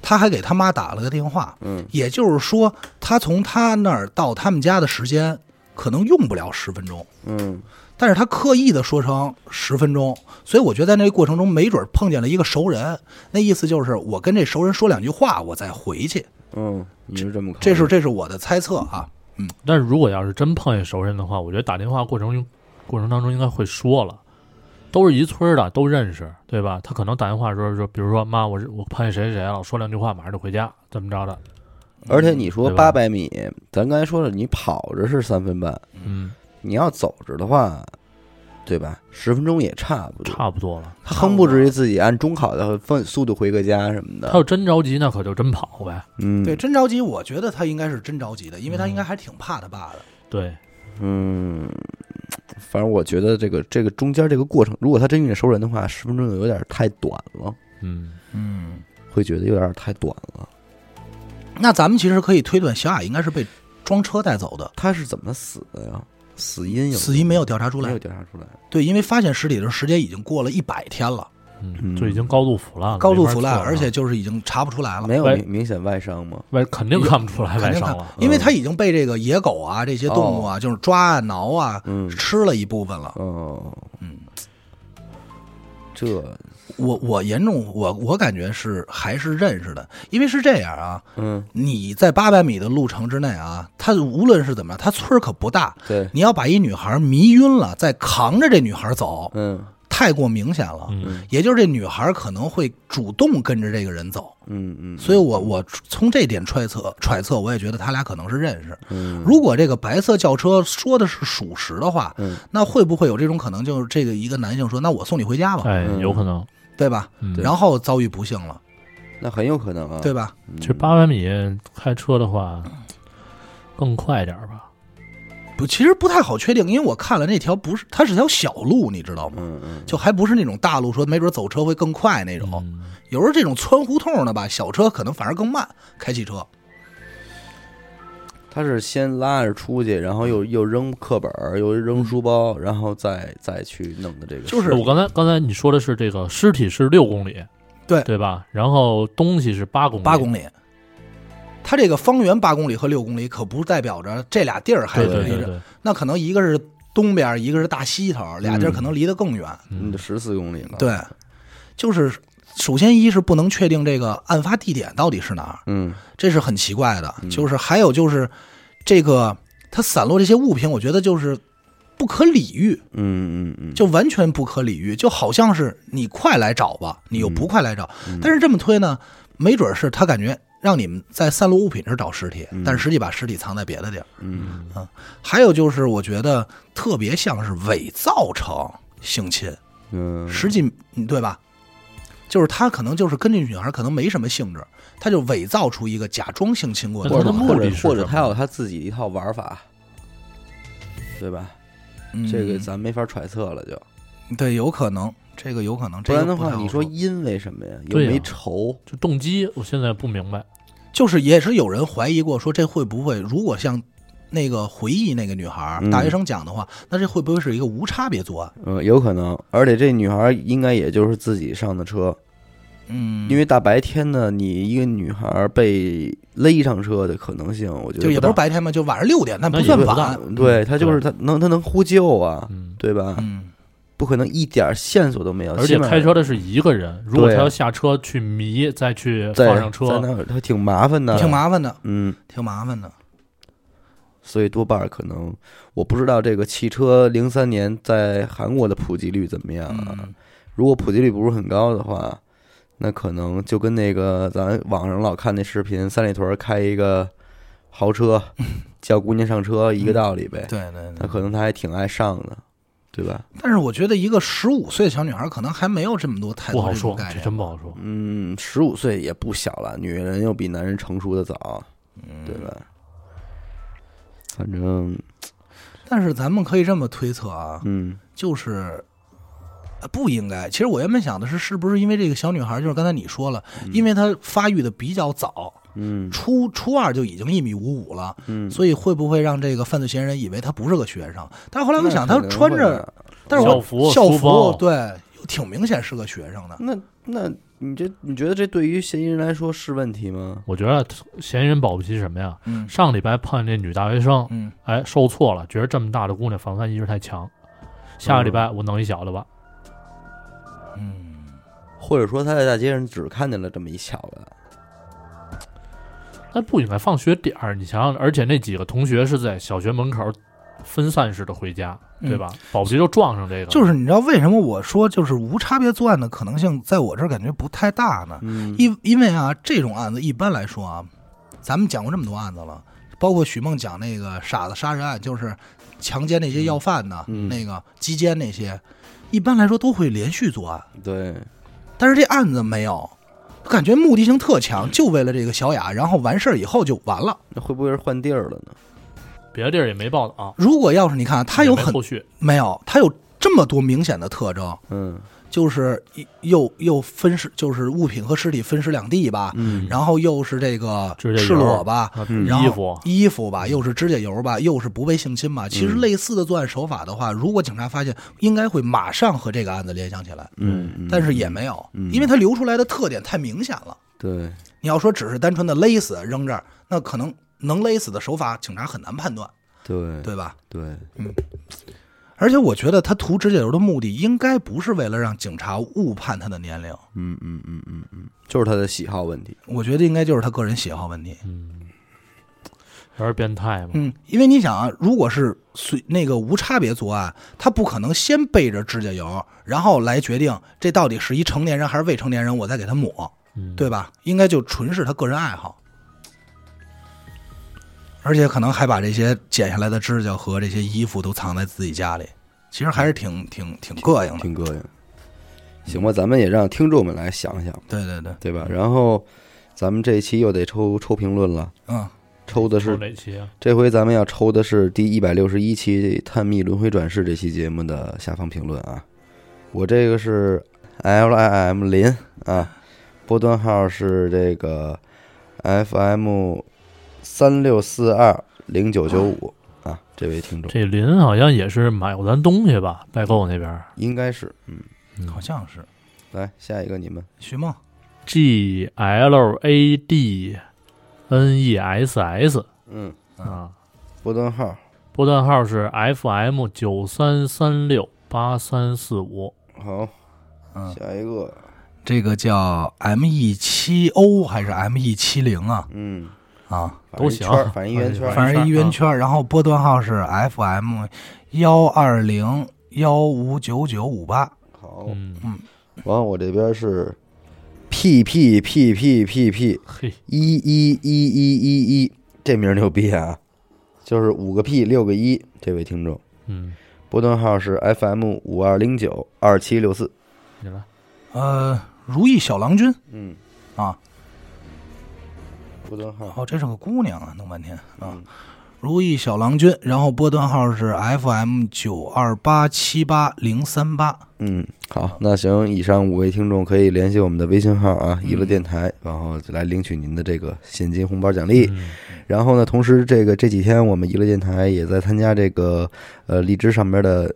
Speaker 2: 他还给他妈打了个电话，
Speaker 1: 嗯，
Speaker 2: 也就是说，他从他那儿到他们家的时间可能用不了十分钟，
Speaker 1: 嗯，
Speaker 2: 但是他刻意的说成十分钟，所以我觉得在那个过程中，没准儿碰见了一个熟人，那意思就是我跟这熟人说两句话，我再回去，
Speaker 1: 嗯，你是这么看？
Speaker 2: 这是这是我的猜测啊，
Speaker 3: 但是如果要是真碰见熟人的话，我觉得打电话过程中过程当中应该会说了，都是一村儿的，都认识，对吧？他可能打电话的时候说，比如说妈，我是我碰见谁谁了，我说两句话，马上就回家，怎么着的？
Speaker 1: 而且你说
Speaker 3: 对
Speaker 1: 八
Speaker 3: 吧
Speaker 1: 百米，咱刚才说了，你跑着是三分半，
Speaker 3: 嗯，
Speaker 1: 你要走着的话，对吧？十分钟也差不多。
Speaker 3: 差不多了。
Speaker 1: 他哼不至于自己按中考的分速度回个家什
Speaker 2: 嗯
Speaker 1: 么的。
Speaker 3: 他要真着急，那可就真跑呗。
Speaker 1: 嗯，
Speaker 2: 对，，真着急，我觉得他应该是真着急的，因为他应该还挺怕他爸的。
Speaker 3: 对，
Speaker 1: 嗯，反正我觉得这个这个中间这个过程，如果他真遇见熟人的话，十分钟有点太短了，
Speaker 3: 嗯，
Speaker 2: 嗯，
Speaker 1: 会觉得有点太短了。
Speaker 2: 那咱们其实可以推断，小雅应该是被装车带走的，
Speaker 1: 他是怎么死的呀？死因有
Speaker 2: 死因没有调查出
Speaker 1: 没
Speaker 2: 来
Speaker 1: 有。调查出来？
Speaker 2: 对，因为发现尸体的时间已经过了一百天了，
Speaker 1: 嗯
Speaker 3: 嗯，就已经高度腐烂了，
Speaker 2: 高度
Speaker 3: 没法
Speaker 2: 腐烂，
Speaker 3: 测了啊
Speaker 2: 而且就是已经查不出啊来了
Speaker 1: 没。有
Speaker 3: 喂
Speaker 1: 明明显外伤吗？
Speaker 3: 外肯定看不出来
Speaker 2: 肯
Speaker 3: 外
Speaker 2: 定
Speaker 3: 伤
Speaker 2: 看
Speaker 3: 了，。
Speaker 2: 因为他已经被这个野狗啊、这些动物啊，就是抓啊、挠啊，
Speaker 1: 嗯
Speaker 2: 吃了一部分了。
Speaker 1: 哦，
Speaker 2: 嗯，
Speaker 1: 这
Speaker 2: 我我严重，我我感觉是还是认识的，因为是这样啊，
Speaker 1: 嗯，
Speaker 2: 你在八百米的路程之内啊，他无论是怎么样，他村儿可不大，
Speaker 1: 对，
Speaker 2: 你要把一女孩迷晕了，再扛着这女孩走，
Speaker 1: 嗯
Speaker 2: 太过明显了。
Speaker 3: 嗯，
Speaker 2: 也就是这女孩可能会主动跟着这个人走，
Speaker 1: 嗯嗯
Speaker 2: 所以我我从这点揣测揣测，我也觉得他俩可能是认识。
Speaker 1: 嗯
Speaker 2: 如果这个白色轿车说的是属实的话，
Speaker 1: 嗯
Speaker 2: 那会不会有这种可能？就是这个一个男性说：“那我送你回家吧，
Speaker 3: 哎，
Speaker 1: 嗯
Speaker 3: 有可能。
Speaker 2: 对吧？”
Speaker 3: 嗯，
Speaker 2: 然后遭遇不幸了，
Speaker 1: 那很有可能啊，
Speaker 2: 对吧？
Speaker 1: 嗯？
Speaker 3: 其实八百米开车的话，更快点儿吧。
Speaker 2: 不，其实不太好确定，因为我看了那条不是，它是条小路，你知道吗？
Speaker 1: 嗯嗯，
Speaker 2: 就还不是那种大路，说没准走车会更快那种。
Speaker 3: 嗯，
Speaker 2: 有时候这种穿胡同的吧，小车可能反而更慢，开汽车。
Speaker 1: 他是先拉着出去，然后
Speaker 2: 嗯
Speaker 1: 又又扔课本儿，又扔书包，然后再再去弄的这个事，
Speaker 2: 就是
Speaker 3: 我刚才刚才你说的是这个尸体是六公里，
Speaker 2: 对
Speaker 3: 对吧？然后东西是八公里，
Speaker 2: 八公里。它这个方圆八公里和六公里，可不代表着这俩地儿还
Speaker 3: 对
Speaker 2: 有
Speaker 3: 对
Speaker 2: 离
Speaker 3: 对
Speaker 2: 着，
Speaker 3: 对，
Speaker 2: 那可能一个是东边，一个是大西头，俩地儿可能离得更远。
Speaker 1: 嗯，
Speaker 3: 嗯，
Speaker 1: 十四公里了，，
Speaker 2: 对，就是首先一是不能确定这个案发地点到底是哪儿，
Speaker 1: 嗯
Speaker 2: 这是很奇怪
Speaker 3: 嗯
Speaker 2: 的。就是还有就是这个它散落这些物品，我觉得就是不可理喻，
Speaker 1: 嗯嗯嗯，
Speaker 2: 就完
Speaker 1: 嗯
Speaker 2: 全不可理喻，就好像是你快来找吧，你又不快来找。但是这么推呢，没准是他感觉让你们在散落物品时找尸体，但实际把尸体藏在别的地儿。
Speaker 1: 嗯
Speaker 2: 还有就是，我觉得特别像是伪造成性侵，
Speaker 1: 嗯，
Speaker 2: 实际嗯对吧？就是他可能就是跟这女孩可能没什么性质，他就伪造出一个假装性侵过
Speaker 3: 那
Speaker 1: 或
Speaker 3: 他
Speaker 1: 者
Speaker 3: 的
Speaker 2: 程。
Speaker 3: 目
Speaker 1: 或者
Speaker 3: 的是
Speaker 1: 或者
Speaker 3: 什
Speaker 1: 他
Speaker 3: 么
Speaker 1: 有他自己一套玩法，对吧？
Speaker 2: 嗯
Speaker 1: 这个咱没法揣测了就，
Speaker 2: 对，有可能，这个有可能。
Speaker 1: 不
Speaker 2: 这个
Speaker 1: 然的
Speaker 2: 不
Speaker 1: 话，
Speaker 2: 太好
Speaker 1: 你说因为什么呀？又
Speaker 3: 对呀
Speaker 1: 没仇，
Speaker 3: 就动机，我现在不明白。
Speaker 2: 啊就是也是有人怀疑过，说这会不会如果像那个回忆那个女孩儿、
Speaker 1: 嗯
Speaker 2: 大学生讲的话，那这会不会是一个无差别作案？
Speaker 1: 嗯，有可能。而且这女孩应该也就是自己上的车，
Speaker 2: 嗯，
Speaker 1: 因为大白天呢，你一个女孩被勒上车的可能性，我觉得
Speaker 2: 就也不
Speaker 1: 不
Speaker 2: 是
Speaker 1: 大
Speaker 2: 白天嘛，就晚上六点，那不
Speaker 3: 那也
Speaker 2: 算
Speaker 3: 不
Speaker 2: 晚。
Speaker 3: 大
Speaker 1: 对她就是她能她能呼救啊，
Speaker 3: 嗯，
Speaker 1: 对吧？
Speaker 2: 嗯，
Speaker 1: 不可能一点线索都没有，
Speaker 3: 而且
Speaker 1: 起码
Speaker 3: 开车的是一个人，如果
Speaker 2: 啊
Speaker 1: 对
Speaker 3: 他要下车去迷，再去
Speaker 1: 在
Speaker 3: 放
Speaker 1: 在
Speaker 3: 上车，
Speaker 1: 那儿她挺麻烦的，
Speaker 2: 挺麻烦的，
Speaker 1: 嗯，
Speaker 2: 挺麻烦的。
Speaker 1: 所以多半儿可能我不知道这个汽车零三年在韩国的普及率怎么样啊？
Speaker 2: 嗯，
Speaker 1: 如果普及率不是很高的话，那可能就跟那个咱网上老看那视频，三里屯儿开一个豪
Speaker 2: [LAUGHS]
Speaker 1: 车叫姑娘上车一个道理呗。
Speaker 2: 嗯对嗯对
Speaker 1: 那
Speaker 2: 对。
Speaker 1: 可能他还挺爱上的，对吧？
Speaker 2: 但是我觉得一个十五岁的小女孩可能还没有这么多太
Speaker 3: 不
Speaker 2: 多
Speaker 3: 好
Speaker 2: 这种
Speaker 3: 说，
Speaker 2: 概
Speaker 3: 这
Speaker 2: 念。
Speaker 3: 真不好说。
Speaker 1: 嗯，十五岁也不小了，女人又比男人成熟的早，
Speaker 2: 嗯
Speaker 1: 对吧？反正，
Speaker 2: 但是咱们可以这么推测啊，
Speaker 1: 嗯
Speaker 2: 就是呃不应该。其实我原本想的是，是不是因为这个小女孩，就是刚才你说了，因为她发育的比较早，
Speaker 1: 嗯
Speaker 2: 初初二就已经一米五五了，
Speaker 1: 嗯，
Speaker 2: 所以会不会让这个犯罪嫌疑人以为她不是个学生？但是后来我
Speaker 1: 那
Speaker 2: 想，
Speaker 1: 可
Speaker 2: 她
Speaker 1: 能
Speaker 2: 穿
Speaker 1: 会
Speaker 2: 着，
Speaker 1: 的
Speaker 2: 但是我
Speaker 3: 校服
Speaker 2: 校
Speaker 3: 书包
Speaker 2: 服对，又挺明显是个学生的。
Speaker 1: 那那你这你觉得这对于嫌疑人来说是问题吗？
Speaker 3: 我觉得嫌疑人保不齐什么呀？
Speaker 2: 嗯
Speaker 3: 上礼拜碰见这女大学生，
Speaker 2: 嗯，
Speaker 3: 哎，受挫了，觉得这么大的姑娘防范意识太强，
Speaker 2: 嗯
Speaker 3: 下个礼拜我弄一小的吧。
Speaker 1: 或者说他在大街上只看见了这么一小子？
Speaker 3: 那不应该放学点儿，你想想，而且那几个同学是在小学门口分散式的回家，
Speaker 2: 嗯
Speaker 3: 对吧？保不齐就撞上这个了，
Speaker 2: 就是你知道为什么我说就是无差别作案的可能性，在我这儿感觉不太大呢？
Speaker 1: 嗯
Speaker 2: 因因为啊，这种案子一般来说啊，咱们讲过这么多案子了，包括许梦讲那个傻子杀人案，就是强奸那些要饭的，
Speaker 1: 嗯
Speaker 2: 那个鸡奸那些，一般来说都会连续作案，
Speaker 1: 对，
Speaker 2: 但是这案子没有，感觉目的性特强，就为了这个小雅，然后完事儿以后就完了。
Speaker 1: 那会不会是换地儿了呢？
Speaker 3: 别的地儿也没报道、啊，
Speaker 2: 如果要是你看啊，他有
Speaker 3: 也没
Speaker 2: 很
Speaker 3: 后续，
Speaker 2: 没有，他有这么多明显的特征，
Speaker 1: 嗯
Speaker 2: 就是一又又分尸，就是物品和尸体分尸两地吧，
Speaker 1: 嗯
Speaker 2: 然后又是这个
Speaker 3: 指甲油
Speaker 2: 赤裸吧，
Speaker 3: 啊
Speaker 1: 嗯
Speaker 2: 然
Speaker 3: 衣
Speaker 2: 后
Speaker 3: 服
Speaker 2: 衣服吧，又是指甲油吧，又是不被性
Speaker 1: 嗯
Speaker 2: 侵吧。其实类似的作案手法的话，如果警察发现，应该会马上和这个案子联想起来，
Speaker 1: 嗯，
Speaker 2: 但是也没有，
Speaker 1: 嗯
Speaker 2: 因为它流出来的特点太明显了。
Speaker 1: 对，
Speaker 2: 你要说只是单纯的勒死扔这儿，那可能能勒死的手法，警察很难判断，
Speaker 1: 对
Speaker 2: 对吧？
Speaker 1: 对，
Speaker 2: 而且我觉得他涂指甲油的目的，应该不是为了让警察误判他的年龄，
Speaker 1: 嗯嗯嗯嗯嗯，就是他的喜好问题。
Speaker 2: 我觉得应该就是他个人喜好问题。
Speaker 3: 嗯，有点变态嘛。
Speaker 2: 嗯，因为你想啊，如果是随那个无差别作案，他不可能先备着指甲油，然后来决定这到底是一成年人还是未成年人，我再给他抹，
Speaker 3: 嗯，
Speaker 2: 对吧？应该就纯是他个人爱好，而且可能还把这些剪下来的指甲和这些衣服都藏在自己家里，其实还是挺挺挺膈应的。
Speaker 1: 嗯挺膈应。行吧，咱们也让听众们来想想，
Speaker 2: 对对对，
Speaker 1: 对吧？然后咱们这一期又得抽抽评论了，
Speaker 2: 嗯
Speaker 1: 抽的
Speaker 3: 说
Speaker 1: 是
Speaker 3: 哪期啊？
Speaker 1: 这回咱们要抽的是第一百六十一期《探秘轮回转世》这期节目的下方评论啊。我这个是 L I M 林啊，波段号是这个 F M 三六四二零九九五啊，这位听众
Speaker 3: 这林好像也是买过咱东西吧，代购那边儿。
Speaker 1: 应该是嗯，
Speaker 2: 好像是
Speaker 1: 来下一个你们
Speaker 2: 徐梦，
Speaker 3: G L A D N E S S
Speaker 1: 嗯，
Speaker 3: 啊，
Speaker 1: 波段号
Speaker 3: 波段号是 F M 九三三六八三四五。
Speaker 1: 好，
Speaker 2: 嗯，
Speaker 1: 下一个
Speaker 2: 这个叫 M E 七 O 还是 M E 七零啊？
Speaker 1: 嗯，
Speaker 2: 啊。
Speaker 1: 反
Speaker 3: 都
Speaker 1: 正一
Speaker 3: 行
Speaker 1: 圈儿反正一圆圈儿，嗯
Speaker 2: 反正一圆圈儿，然后波段号是 FM 幺二零幺五九九五八。
Speaker 1: 好。
Speaker 3: 嗯，
Speaker 1: 完了，我这边是 P P P P P P
Speaker 3: 嘿，
Speaker 1: 一一一一一一，这名儿牛逼啊！就是五个 P 六个一，这位听众，
Speaker 3: 嗯，
Speaker 1: 波段号是 FM 五二零九二七六四。
Speaker 3: 你来，
Speaker 2: 呃，如意小郎君
Speaker 1: 嗯，
Speaker 2: 啊，
Speaker 1: 波段号
Speaker 2: 哦，这是个姑娘啊，弄半天啊
Speaker 1: 嗯，
Speaker 2: 如意小郎君，然后波段号是 FM 九二八七八零三八，
Speaker 1: 嗯，好，那行，以上五位听众可以联系我们的微信号啊，娱乐电台，然后来领取您的这个现金红包奖励。
Speaker 3: 嗯
Speaker 1: 然后呢，同时这个这几天我们娱乐电台也在参加这个呃荔枝上面的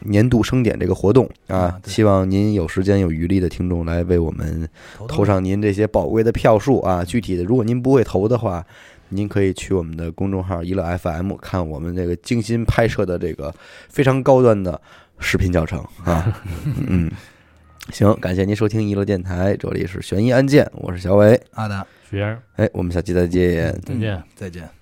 Speaker 1: 年度盛典这个活动啊
Speaker 2: 啊，对
Speaker 1: 希望您有时间有余力的听众来为我们
Speaker 2: 头
Speaker 1: 投上您这些宝贵的票数啊。具体的，如果您不会投的话，您可以去我们的公众号“娱乐 FM” 看我们这个精心拍摄的这个非常高端的视频教程 [LAUGHS] 啊。嗯，行，感谢您收听娱乐电台，这里是悬疑案件，我是小伟。
Speaker 2: 阿达，嗯
Speaker 3: 学生，
Speaker 1: 哎，我们下期再见。
Speaker 3: 再见。
Speaker 2: 再见。